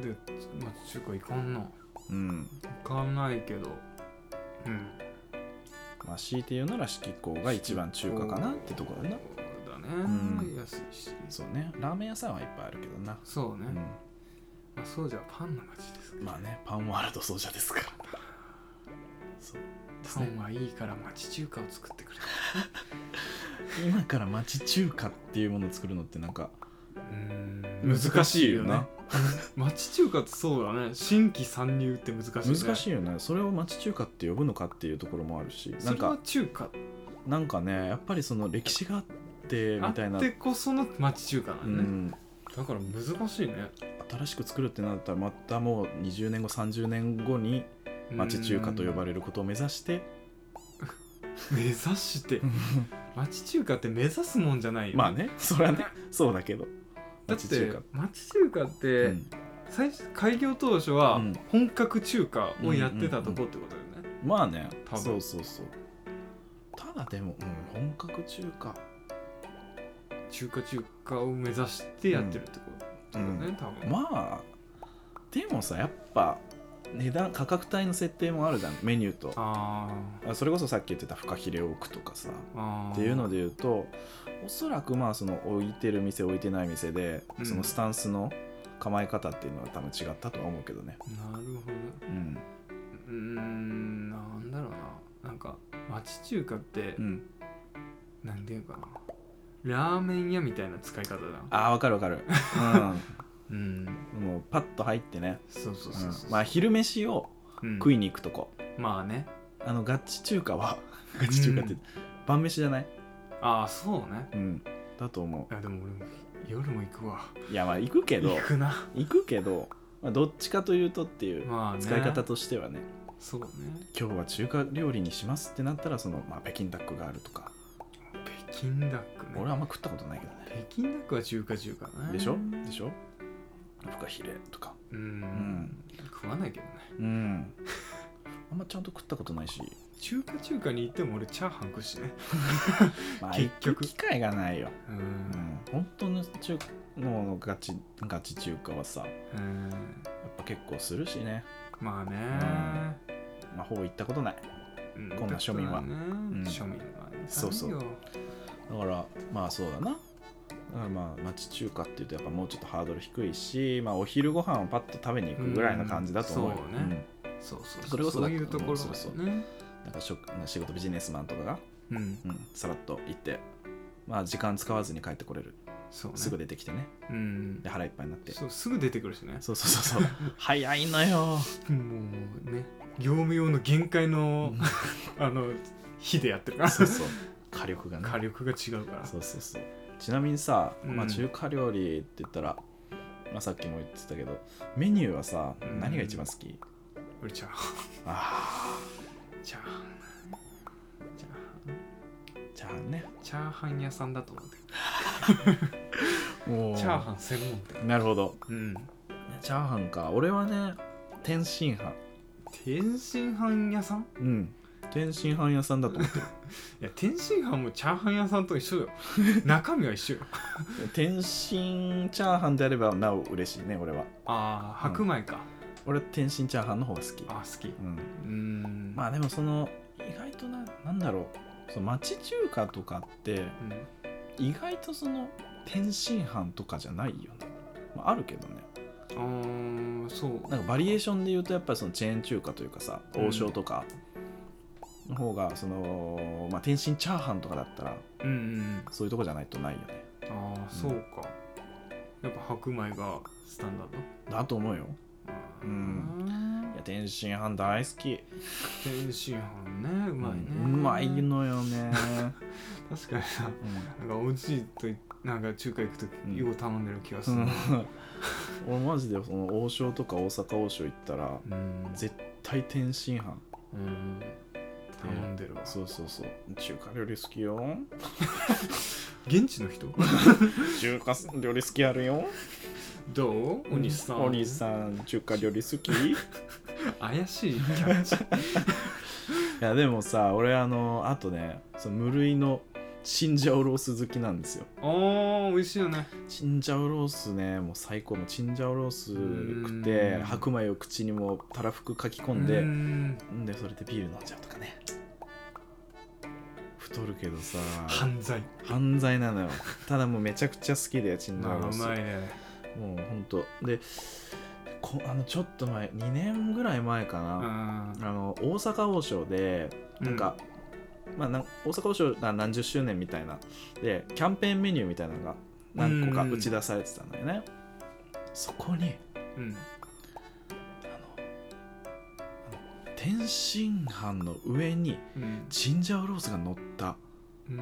で町中華行かんな
うん
行かないけどうん
まあ強いて言うなら四季校が一番中華かなってとこだな
そうだね、
うん
安いし
そうねラーメン屋さんはいっぱいあるけどな
そうね、
うん
まあ、そうじゃパンの街ですね
まあね、パンワールド奏者ですから。そうです
パ
ね
ンはいいから町中華を作ってくれ
今から町中華っていうものを作るのってなんか
難しいよね。 町中華ってそうだね新規参入って難しい、ね、
難
い
しいよねそれを町中華って呼ぶのかっていうところもあるしな
そ
ん
れは
か
中華
なんかねやっぱりその歴史があって
あ
みたいな
っ、てこその町中華な
うん
だね、
ん、
だから難しいね
新しく作るってなったらまたもう20年後30年後に町中華と呼ば
れ
れることを目指して
目指して町中華って目指すもんじゃないよ、
まあねそれはねそうだけど
だって
町中華
町中華って、
うん
最初開業当初は
うん
本格中華をやってたとこってことだよね、
まあね
多分
そうそうそうただでも、うん、本格中華
中華中華を目指してやってるってことだよね、
う
多分
まあでもさやっぱ値段価格帯の設定もあるじゃんメニューと
あ
あそれこそさっき言ってたフカヒレを置くとかさ
ーあー
っていうので言うとおそらくまあその置いてる店置いてない店で
うん
そのスタンスの構え方っていうのは多分違ったとは思うけどね
なるほど
うん
うーんなんだろうななんか町中華って、
うん
なんていうかなラーメン屋みたいな使い方だ
あーわかるわ かる
うん
うんもうパッと入ってね、
そうそう
う
そ
ん
うそう、
まあ昼飯を
うん
食いに行くとこ、
まあね
あのガチ中華はガチ中華って
うん
晩飯じゃない
ああそうね
うんだと思う
あでも俺も夜も行くわ
いやまあ行くけど
行くな
行くけど、まあ、どっちかというとっていう
まあね
使い方としてはね
そうね
今日は中華料理にしますってなったらその、まあ、北京ダックがあるとか
北京ダックね
俺はあんま食ったことないけどね
北京ダックは中華中華ね
でしょでしょフカヒレとか
うん、
ん
食わないけどね
うんあんまちゃんと食ったことないし、
中華中華に行っても俺チャーハン食うしね
まあ、
結
結
局
局機会がないよ、
う
うんん、本当の中華のガチガチ中華はさやっ
うん
ぱ結構するしね
まあね
まあほぼ行ったことない
うん
こんな庶民
だ
は
からね
ん
庶民はね
そうそう
ダメよ
だからまあそうだなだからまあ町中華っていうとやっぱもうちょっとハードル低いし、まあ、お昼ご飯をパッと食べに行くぐらいの感じだと思うよ、
うんそうねそうそう
それこそだ
そういうところ
そう
だ
そう
よね
うんなんか職仕事ビジネスマンとかが、
うん
うん、さらっと行ってまあ、時間使わずに帰ってこれる
そうね
すぐ出てきてね
うん
で腹いっぱいになって
そうすぐ出てくるしね
そうそうそうそう 早いのよ
もうね業務用の限界の、 あの火でやってるから
そうそう火力がね
火力が違うから
そうそうそうちなみにさ、ま
う
あ、
ん
中華料理って言ったら、まあ、さっきも言ってたけどメニューはさ、
うん
何が一番好き
俺チャーハ
あ
ンチャーハンチャーハ
ーチャーハンね
ンチャーハン屋さんだと思ってる
も
チャーハン専門店
ンなるほど
うん
チャーハンか俺はね天津飯
天津飯屋さん
うん天津飯屋さんだと思 ってる
いや天津飯もチャーハン屋さんと一緒よ中身は一緒よ
天津チャーハンであればなお嬉しいね俺は
ああ白米か、
俺は天津チャーハンの方が好き
あ好きう
うん
ーん
ま
あ、
あでもその意外とななんだろうその町中華とかって
うん、
意外とその天津飯とかじゃないよね、まあ、あるけどね
あーそう
なんかバリエーションで言うとやっぱりそのチェーン中華というかさ
うん
王将とかの方がその、まあ、天津チャーハンとかだったら
うんうんうん
そういうとこじゃないとないよね
ああそうか、やっぱ白米がスタンダード
だと思うよう
うん
いや天津飯大好き
天津飯ねう
う
まいね、
んうまいのよね、
確かにさ
う
なんかおじいといなんか中華行くと
う ん
よう頼んでる気がする
んう、
なん
俺マジでその王将とか大阪王将行ったら
うん、
絶対天津飯
うん、頼んでるわ、
そうそうそう中華料理好きよ
現地の人
中華料理好きあるよ
どうお兄さん
お兄さん中華料理 好きい
怪しいキャッ チ
やでもさ俺あのあとねその無類のチンジャオロース好きなんですよ
おー美味しいよね
チンジャオロースねもう最高もうチンジャオロース食って
うん
白米を口にもたらふくかき込んで、
ん
んでそれでビール飲んじゃうとかね太るけどさ
犯罪
犯罪なのよただもうめちゃくちゃ好きでチンジャオロ
まあ
ー
う
ス
まいね
もうほんとでこあのちょっと前2年ぐらい前か
う
な、
ん
あの大阪王将でなんか、まあ、なん大阪王将が何十周年みたいなでキャンペーンメニューみたいなのが何個か
うん
打ち出されてたんだよね、そこに
うん
あのあの天津飯の上に
うん
ジンジャーロースが乗った
うん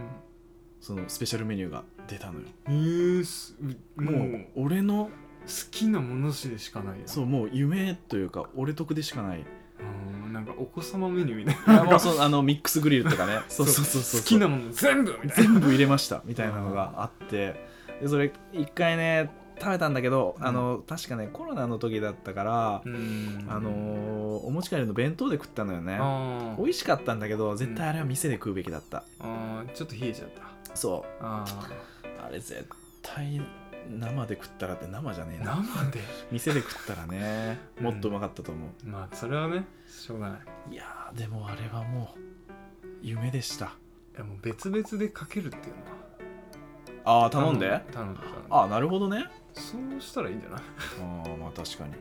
そのスペシャルメニューが出たのよ、
えー、すうもう
もう俺の
好きなものしでしかないよ
そうもう夢というか俺得でしかない
うんなんかお子様メニューみたい
い
な
やもう そうあのミックスグリルとかね そうそうそうそう
好きなもの全部みたいな
全部入れましたみたいなのがあってでそれ一回ね食べたんだけど、あの確かねコロナの時だったから、
うん
あのーお持ち帰りの弁当で食ったのよね
あー
美味しかったんだけど絶対あれは店で食うべきだった、
あーちょっと冷えちゃった
そ
あー
うあれ絶対生で食ったらって生じゃねえな
生で
店で食ったらね
うん
も っとうまかったと思う、
まあそれはねしょうがない
いやーでもあれはもう夢でした
いやもう別々でかけるっていうのは
ああ頼んで、
頼んで頼んで
ああなるほどね
そうしたらいいんじゃない
ああまあ確かに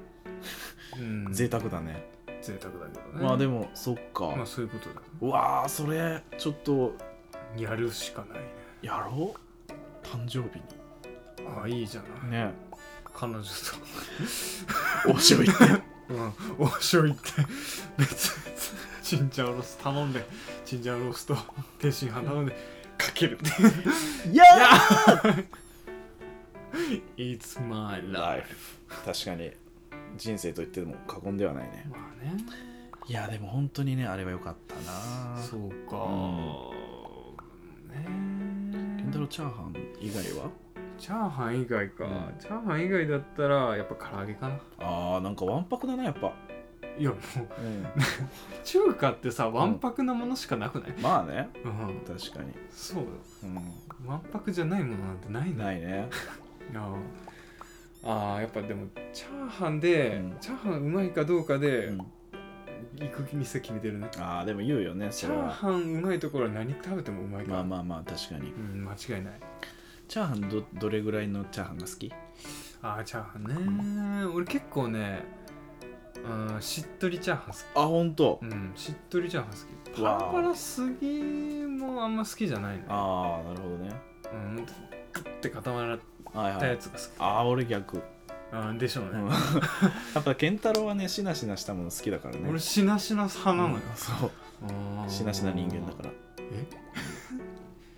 うん
贅沢だね、
贅沢だけどね
まあでもそっか、
まあそういうことだ
うわーそれちょっと
やるしかないね
やろう誕生日
ああいいじゃない
にね
彼女と
おしょい って
うん王将行って別々チンジャオロース頼んでチンジャオロースと天津飯頼んでかけるっていう
いや
It's my life.
Life 確かに人生と言っても過言ではないね
まあね。
いやでも本当にねあれは良かったな
そうか。
ケンタロ
ね
ウチャーハン以外は
チャーハン以外か、
うん
チャーハン以外だったらやっぱ唐揚げかな
あーなんかわんぱくだなやっぱ、
いやもう中華ってさわんぱくなものしかなくない、
まあね
うん
確かに、
そうよ
う
わんぱくじゃないものなんてない
ん、
んだ
ないね
いやあーやっぱでもチャーハンで、
うん
チャーハンうまいかどうかで、
うん
行く店決めてるね
ああでも言うよね
チ
そ
ャ
れ
ー
は
ハンうまいところは何食べてもうまいから
まあまあまあ確かに
うん間違いない
チャーハンどどれぐらいのチャーハンが好き
あーチャーハンね俺結構ねうんしっとりチャーハン好
あ本当
きうんしっとりチャーハン好きパ
わあ
ラパラすぎもあんま好きじゃないね
ああなるほどね
ううん、もうグッて固まっ
はい
た
は
や
い
つが好き、
ああ俺逆、
うん、でしょう
う
ね、
んやっぱ健太郎はねしなしなしたもの好きだからね
俺しなしな派なのよ、
うんそう
あー
しなしな人間だから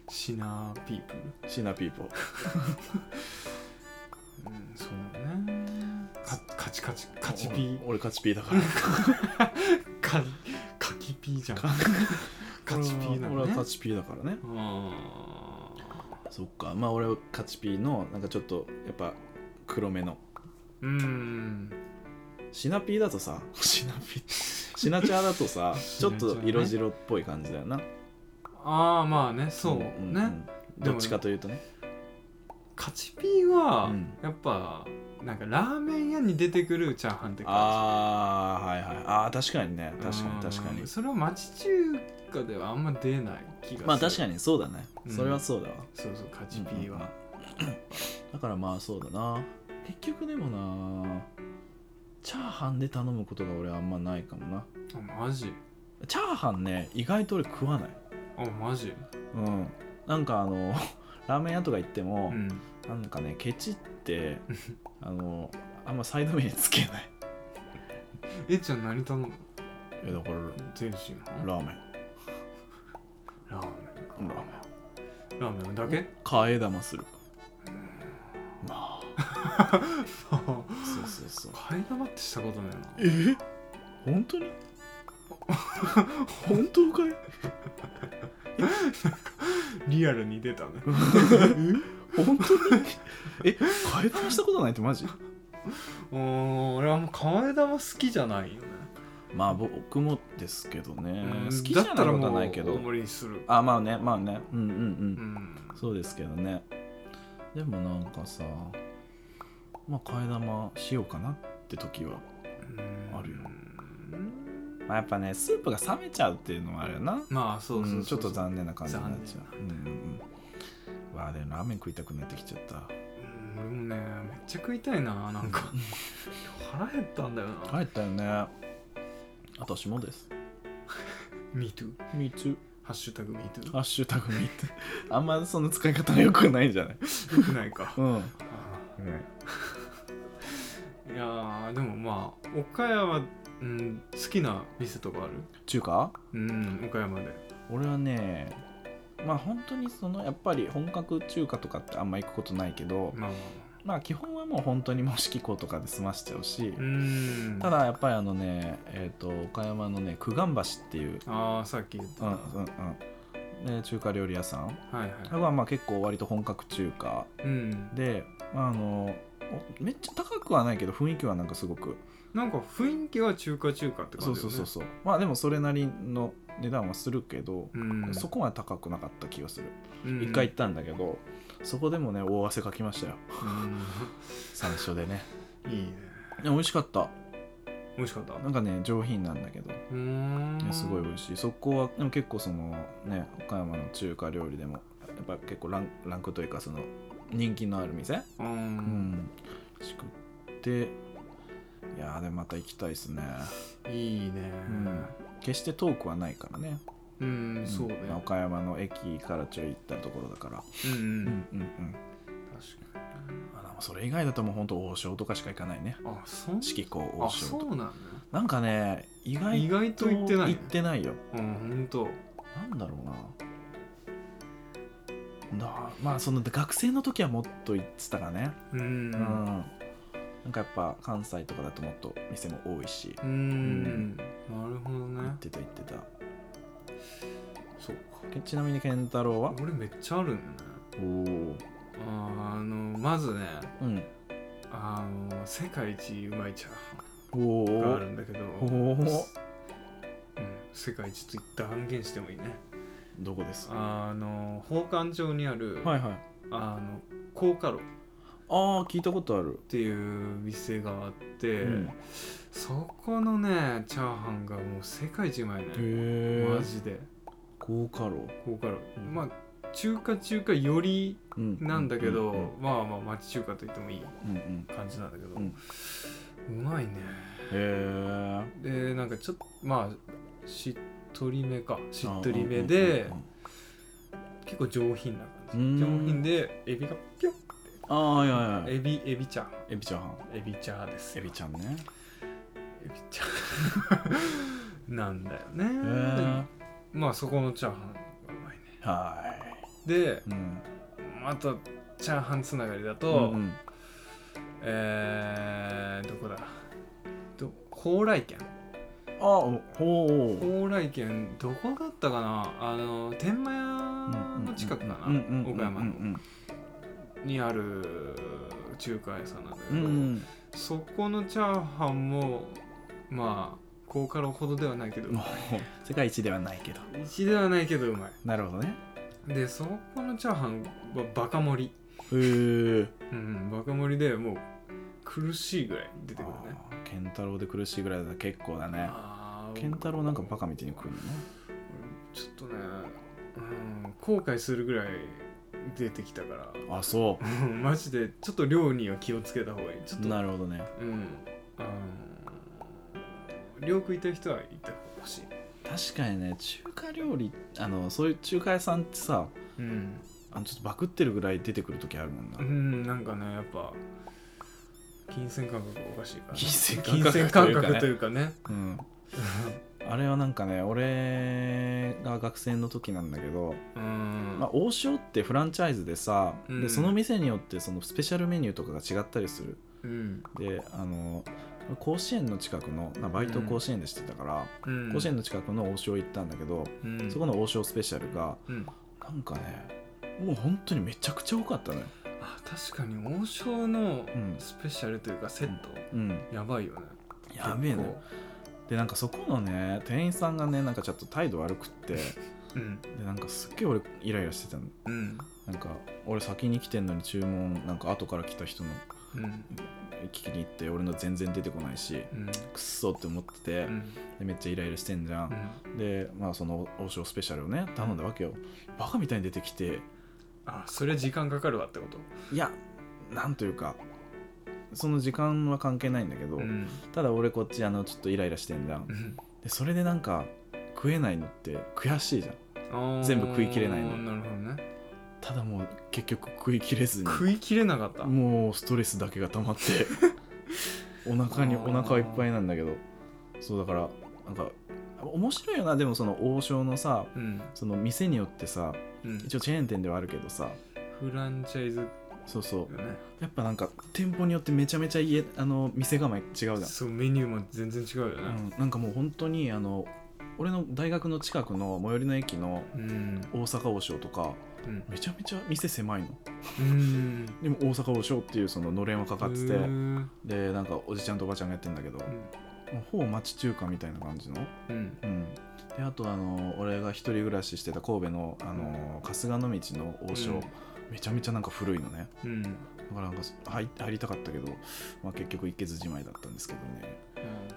シナーピープ
シナピーポー
ル、うん、そうねかカチカチカチピー
俺俺カチピー だから
カカキピーじ ゃんカチピーな
俺
の
は俺
ね
はカチピーだからね
あ
そっかまあ俺はカチピーのなんかちょっとやっぱ黒目の
ーうーん
シナピーだとさシナピーシナチャーだ とさ、ちょっと色白っぽい感じだよな
ああまあねそうね、
んんどっちかというとね
カチピーは、
うん
やっぱなんかラーメン屋に出てくるチャーハンって感
ああはいはいああ確かにね
じ
確かに確か
う
に
んそれは町中華ではあんま出ない気がする
まあ確かにそうだね、
うん
それはそうだわ
そうそうカチピーは、
うんうんだからまあそうだな結局でもなチャーハンで頼むことが俺あんまないかもな
あマジ
チャーハンね意外と俺食わない
あマジ
うんなんかあの ラーメン屋とか行って
う
も、
ん
なんかねケチってあのあんまサイドメニューつけ ない
えちゃん何頼む
えだから
天津飯
ラーメ
ラーメ
ンラーメン
ンラーメンだけ
替え玉するまあそうそ うそう
替え玉ってしたことないな
え本当に 本当かい
リアルに出たね
本当にえ替え玉したことないってマジ
うーん俺はもう替え玉好きじゃないよね
まあ僕もですけどね
うん
好きじゃないことはないけ
だっ
ど
たらもう大盛りにする
あまあねまあねうんうんう
うんん
そうですけどねでもなんかさまあ替え玉しようかなって時は、あるよ
うん
まあ、やっぱねスープが冷めちゃうっていうのもあるよな
まあそうそうそう、
うんちょっと残念な感じになっちゃう。
残念
うんうんうん、わあでもラーメン食いたくなってきちゃった。
うんでもねめっちゃ食いたいななんか腹減ったんだよな、
帰ったよね。私もです。
Me too
Me too.
ハッシュタグ Me too
ハッシュタグ Me too。あ んまその使い方が良くないんじゃない
よくないか
うん。
あーいやーでもまあ岡山、うん、好きな店とかある
中華
うん岡山で
俺はね、まあ本当にそのやっぱり本格中華とかってあんま行くことないけど、
まあまあまあ
まあ基本はもう本当にもう四季子とかで済ましちゃうし、
うん
ただやっぱりあのね、えっ、と岡山のね、九眼橋っていう、
ああさっき言って
う
た、
んう
は
んうん、で中華料理屋さん
い
これ
は
はまあ結構割と本格中華
いうん
で、まあ、あのおめっちゃ高くはないけど雰囲気はなんかすごく、
なんか雰囲気は中華中華って感
そう
じだ
そ
よね
うそうそうまあでもそれなりの値段はするけど、
うん
そこまで高くなかった気がする
うん
一、回行ったんだけどそこでもね大汗かきましたよ山椒でね
うんいいね
で美味しかった
美味しかった
なんかね上品なんだけど、
うーん
ねすごい美味しいそこはでも結構そのね岡山の中華料理でもやっぱ結構ランランクというかその人気のある店
う
うんんしくっていやーでまた行きたいですね
いいね
うん決して遠くはないからね、
うん、そうね
んまあ岡山の駅からちょい行ったところだから
うんう
うんんうんうん
確か
あでもそれ以外だともうほんと王将とかしか行かないね
にあそう
四季子王
あ
将
そ
と
う
か
なんだ
なんかね意外
意外と行ってないね
行ってないよ
うんほんと
なんだろうななあまあその学生の時はもっと行ってたからね
う
う
ん
ん、なんかやっぱ関西とかだともっと店も多いし
うん、
ん
なるほど
行っ
ね
てた行ってた
そうか
けちなみに健太郎は
俺めっちゃあるんだね
おお
あーあのまずね
うん
あの世界一うまいチャーハ
お
ンがあ
お
るんだけど
おお
うん、世界一と断言してもいいね
どこですは
あの宝冠町にある、
いはい
あの高カロっ
ああ聞いたことある
ていう店があって、
うん
そこのねチャーハンがもう世界一うまいね
へ
マ
え
ジで
高カロ
高カロ、
うん
まあ中華中華より
うん
なんだけど、
うん
まあまあ町中華と言ってもいい
うんうん
感じなんだけど、
うん
うまいね
へえ
でなんかちょっとまあしっとりめかしっとりめで、
うんうんうん
結構上品な感じ上品
で
でエビがピョッ
ああはいはいはい
エビエビチャー
エビチャーハン
エビチャーです
エ
よ
ビちゃんね
エビチャーなんだよね、
へえ
まあそこのチャーハンがうまいね
は
で
いうん
またチャーハンつながりだと、
うんうん
えー、どこだど高麗軒
あおほう
高麗軒どこだったかなあの天満屋の近くかな岡山の
うん
にある中華屋さんなんだけ
うんう
ど、
んうん
そこのチャーハンもまあ高カロほどではないけど
もう世界一ではないけど
一ではないけどうま
なるほどね
いでそこのチャーハンはバカ盛り
へえ
うんバカ盛りでもう苦しいぐらい出てくるね
ケンタロウで苦しいぐらいだったら結構だね
あー
ケンタロウなんかバカみたいに食うのね
ちょっとね、うん、後悔するぐらい出てきたから
あそ
うんマジでちょっと量には気をつけた方がいいちょっ
う
と
なるほどね
うんあの量食いたい人は行った方が欲しい
確かにね中華料理あのそういう中華屋さんってさ
うん、
あのちょっとバクってるぐらい出てくる時あるもんな
うん、なんかねやっぱ金銭感覚おかしいから
金銭感
金
覚とい
銭
うかね
感覚というかね
うんあれはなんかね俺が学生の時なんだけど、
うん
まあ、王将ってフランチャイズでさ、
うん
でその店によってそのスペシャルメニューとかが違ったりする
うん
であの甲子園の近くのなバイト甲子園でしてたから、
うん
甲子園の近くの王将行ったんだけど、
うん
そこの王将スペシャルが
うん
なんかねもう本当にめちゃくちゃ多かったのよ、
あ確かに王将の
うん
スペシャルというかセット、
うん、
やばいよね
やべえ
結
ねでなんかそこのね店員さんがねなんかちょっと態度悪くって
構うん
でなんかすっげえ俺イライラしてたの
うん
なんか俺先に来てんのに注文なんか後から来た人の
うん
聞きに行って俺の全然出てこないし
うん
くっそって思ってて、
うん
でめっちゃイライラしてんじゃん、
うん
でまあその王将スペシャルをね頼んだわけよ、バカみたいに出てきて
あそれ時間かかるわってこと
いやなんというかその時間は関係ないんだけど、
うん
ただ俺こっちあのちょっとイライラしてんじゃん
うん
でそれでなんか食えないのって悔しいじゃん
あー
全部食い切れないの
なるほどね
ただもう結局食いきれずに
食い切れなかった
もうストレスだけが溜 まってお腹に
あ
お
ー
腹いっぱいなんだけどそうだからなんか面白いよなでもその王将のさ
うん
その店によってさ
うん
一応チェーン店ではあるけどさ
フランチャイズ
そうそう
だよね
やっぱなんか店舗によってめちゃめちゃ家あの店構え違うじゃん、
そうメニューも全然違うよ
う
ね
ん、なんかもう本当にあの俺の大学の近くの最寄りの駅の
うん
大阪王将とか
うん
めちゃめちゃ店狭いの
うん
でも大阪王将っていうそののれんはかかってて
うーん
でなんかおじちゃんとおばちゃんがやってんだけど、ほぼ町中華みたいな感じの、
うん
うん、であとあの俺が一人暮らししてた神戸のあの春日野道の王将、
うん
めちゃめちゃなんか古いのね
うんうん
だからなんか入入りたかったけど、まあ、結局行けずじまいだったんですけどね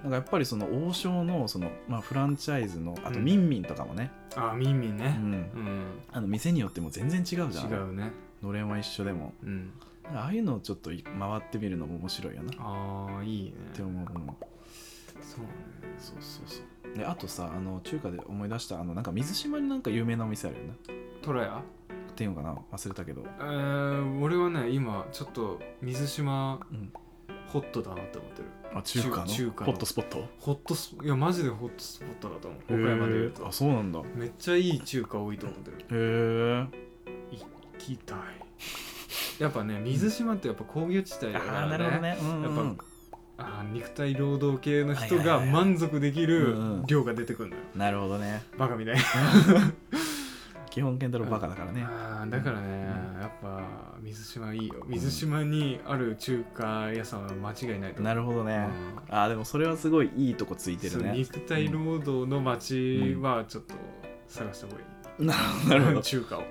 なんかやっぱりその王将のその、まあ、フランチャイズのあと
うん
ミンミンとかもね、
あミンミン
う
ね
ん
うん
あの店によっても全然違うじゃん
違うね
のれんは一緒でも
うん
なんかああいうのをちょっと回ってみるのも面白いよなっ
ああいいね
て思う、うん
そうね
そうそうそうであとさあの中華で思い出したあのなんか水島になんか有名なお店あるよね
トラヤ
っていうのかな忘れたけど
えー俺はね今ちょっと水島
うん
ホットだなって思ってる
あ中華の
中中華の
ホットスポット
ホットスいやマジでホットスポットだと思う岡山で言う
へー
と
あそうなんだへ
めっちゃいい中華多いと思ってる
え
行きたいやっぱね水島ってやっぱ工業地帯だから、ね
ねうん
うんやっあー肉体労働系の人
はいはい
が
はい
満足できる
うんうん
量が出てくるのよ
なるほどね
バカみたいな、
基本健太郎バカだからね
あーだからね、やっぱ水島いいよ水島にある中華屋さんは間違いないと思う
なるほどねあーでもそれはすごいいいとこついて
そ
る
う
ね
肉体労働の街はちょっと探した方がいい、
なる ほどなるほど
中 華を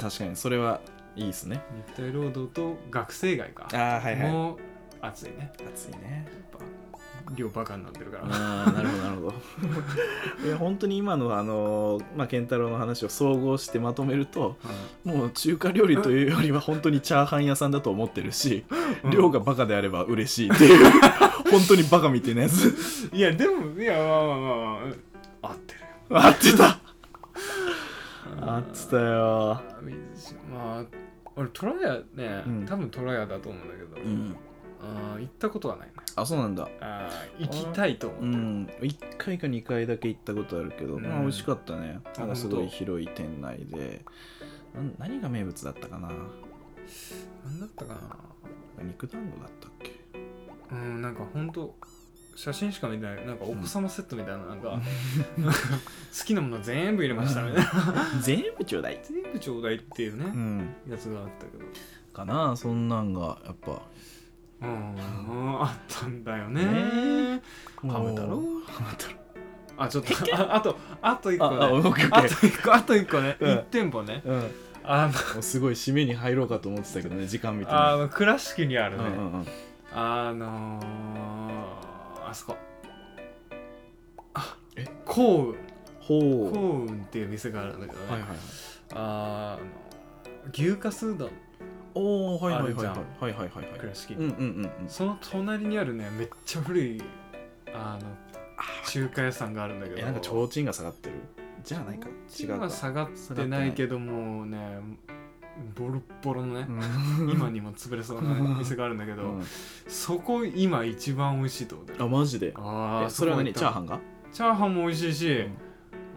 確かにそれはいいですね
肉体労働と学生街か
あーはいは
もう暑いね
い暑いね
やっぱ量バカになってるから、
あーなるほどなるほど いや本当に今のあのまあ健太郎の話を総合してまとめるともう中華料理というよりは本当にチャーハン屋さんだと思ってるし、
うん
量がバカであれば嬉しいっていう 本当にバカみたいなやつ
いやでもいやまあまあまあまあ合ってる
合ってたああってたよ
水島まあ俺トラヤね、
うん
多分トラヤだと思うんだけど、
うん
あー行ったことはないね
あそうなんだ
あー行きたいと思っ
う
てる、
ん1回か2回だけ行ったことあるけど、
うん
まあ美味しかったね
あ
なんかすご
本
い
当
広い店内でなん何が名物だったかな
なんだったかな
肉団子だったっけ
うんなんかほんと写真しか見てないなんかお子様セットみたいななんか、 好きなもの全部入れましたみたいな
全部ちょうだい
全部ちょうだいっていうね、
うん
やつがあったけど
かなそんなんがやっぱ
うんあったんだよね
ね
ハム太郎
ハム太郎
あちょっとああとあと一個
ああオッ
ね
ケーオ
あ
ッケ
と一個あと一個ね、
うん
一店舗ね
ーうん
あの
もうすごい締めに入ろうかと思ってたけどね時間見てね
あの倉敷にある
う
ね、
んうんうん
あのー、あそこあ
え
幸運
ほう
幸運っていう店があるんだけどね、
はいはいはい
あーあの牛かすうどん
おおはいはいは
あ
い
るじゃん
はいはいはいはい
倉敷、
うんうんうんうん
その隣にあるねめっちゃ古いあの中華屋さんがあるんだけど
えなんか提灯が下がってるじゃあないか違
違う
うか
は下がってないけどもうねボロッボロのね、
うん
今にも潰れそうな店があるんだけど、
うん
そこ今一番美味しいと思ってる
あマジで
あ
えそれは何チャーハ
ン
ンが
チャーハンも美味しいし、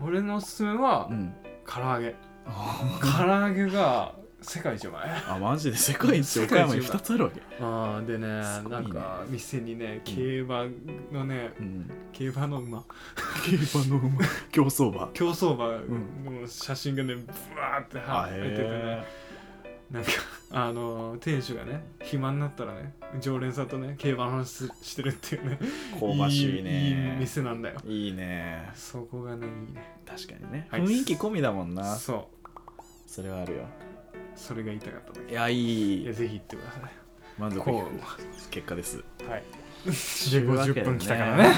俺のおすすめは
うん
唐揚げ
あ
唐揚げが世界一う まい
マジで世界一岡山に2つあるわけ
あーでね
すごいね
なんか店にね競馬のね、
うん
競馬の馬
競馬の馬競走馬
競走馬
ん
の写真がねブワーって
あ
入っててね
へ
なんかあの店主がね暇になったらね常連さんとね競馬の話すしてるっていうね
え香ばしい
いい
ね
店なんだよ
いいね
そこがねいいね
確かにね
はい
雰囲気込みだもんな
そ
それはあるよ
うそれが言いたかっただけ
いやい
い
い
やぜひ行ってくださ
満足い
こ
く結果です
い はい
というわけで
50
ね
分来たからね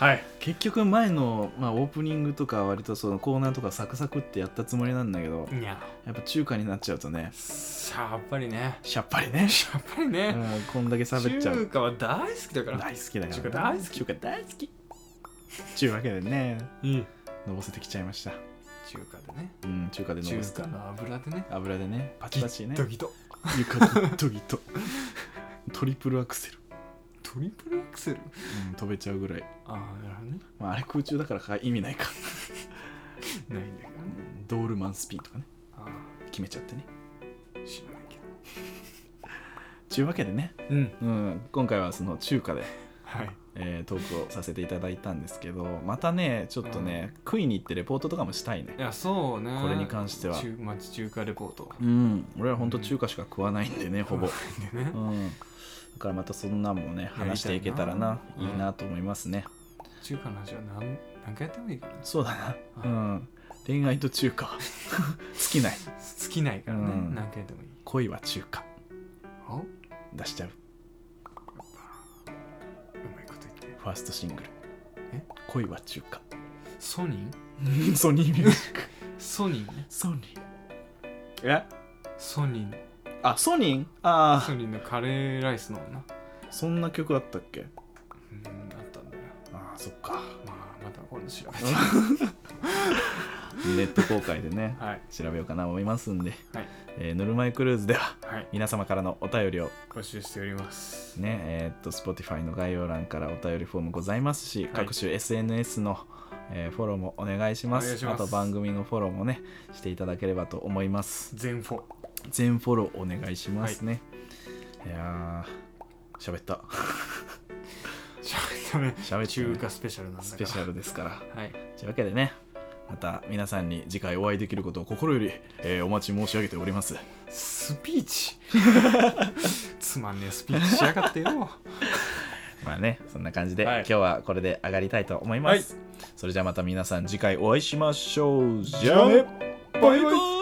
はい
結局前の、まあ、オープニングとか割とそのコーナーとかサクサクってやったつもりなんだけど
いや
やっぱ中華になっちゃうとね
やっぱりね
しゃっぱりね、
やっぱり
う
ね
ん、こんだけ喋っちゃ
中
う
華は大好きだから
大好きだから
中華大好き
中華大好きちゅうわけでね
うん
のぼせてきちゃいました
中華でね
うん中華での
中
ぼせた
華の油でね
油でねパチパチね
ドギド
床ギッとギッと トリプルアクセル、
トリプルアクセル
うん、飛べちゃうぐらい、
ああなるほどね
まあ、あれ空中だからか意味ないか
ないんだけどね
ドールマンスピンとかね
あ
決めちゃってね
あ知らないけど
ちゅうわけでね、
うん
うん、今回はその中華で
はい
えートークをさせていただいたんですけどまたねちょっとね、食いに行ってレポートとかもしたいね
いやそうね
これに関しては
中町中華レポート
うん俺はほんと中華しか食わないんでね、ほぼ、
でね
うん、だからまたそんなんもね
やりたいな
話していけたらな
う
い
ん
いなと思いますね、
中華の話は何何回やってもいいからね
そうだな
は
う
い
ん恋愛と中華は 尽きない
尽きないからね、
うん
何回でもいい
恋は中華
おやっ
出しちゃう
ぱうまいこと言って
ファーストシングル
え
恋は中華
ソニー
ソニーミュージック
ソニーね
ソニーえ
ソニー
あソニーあ
ソニーのカレーライスの女
あそんな曲あったっけ
うんあったんだよ
ああそっか
まあまた今度調べて
ネット公開でね、
はい
調べようかなと思いますんで、
はい
えーぬるま湯クルーズでは
はい
皆様からのお便りを
募集しております
ね、えーっと Spotify の概要欄からお便りフォームございますし、
い
各種 SNS の、えーフォローもお願いしま
お
す
願いします
あと番組のフォローもねしていただければと思います
全フォ
全フォローお願いしますね、い、やー 喋った
しゃべったね
喋ったね
中華スペシャルなんだから
スペシャルですから
はい
というわけでねまた皆さんに次回お会いできることを心より、えーお待ち申し上げております
スピー チつまんねえスピーチしやがってよ
まあね、そんな感じで、
はい
今日はこれで上がりたいと思います。それじゃあまた皆さん次回お会いしましょう。じゃあね、バイバイ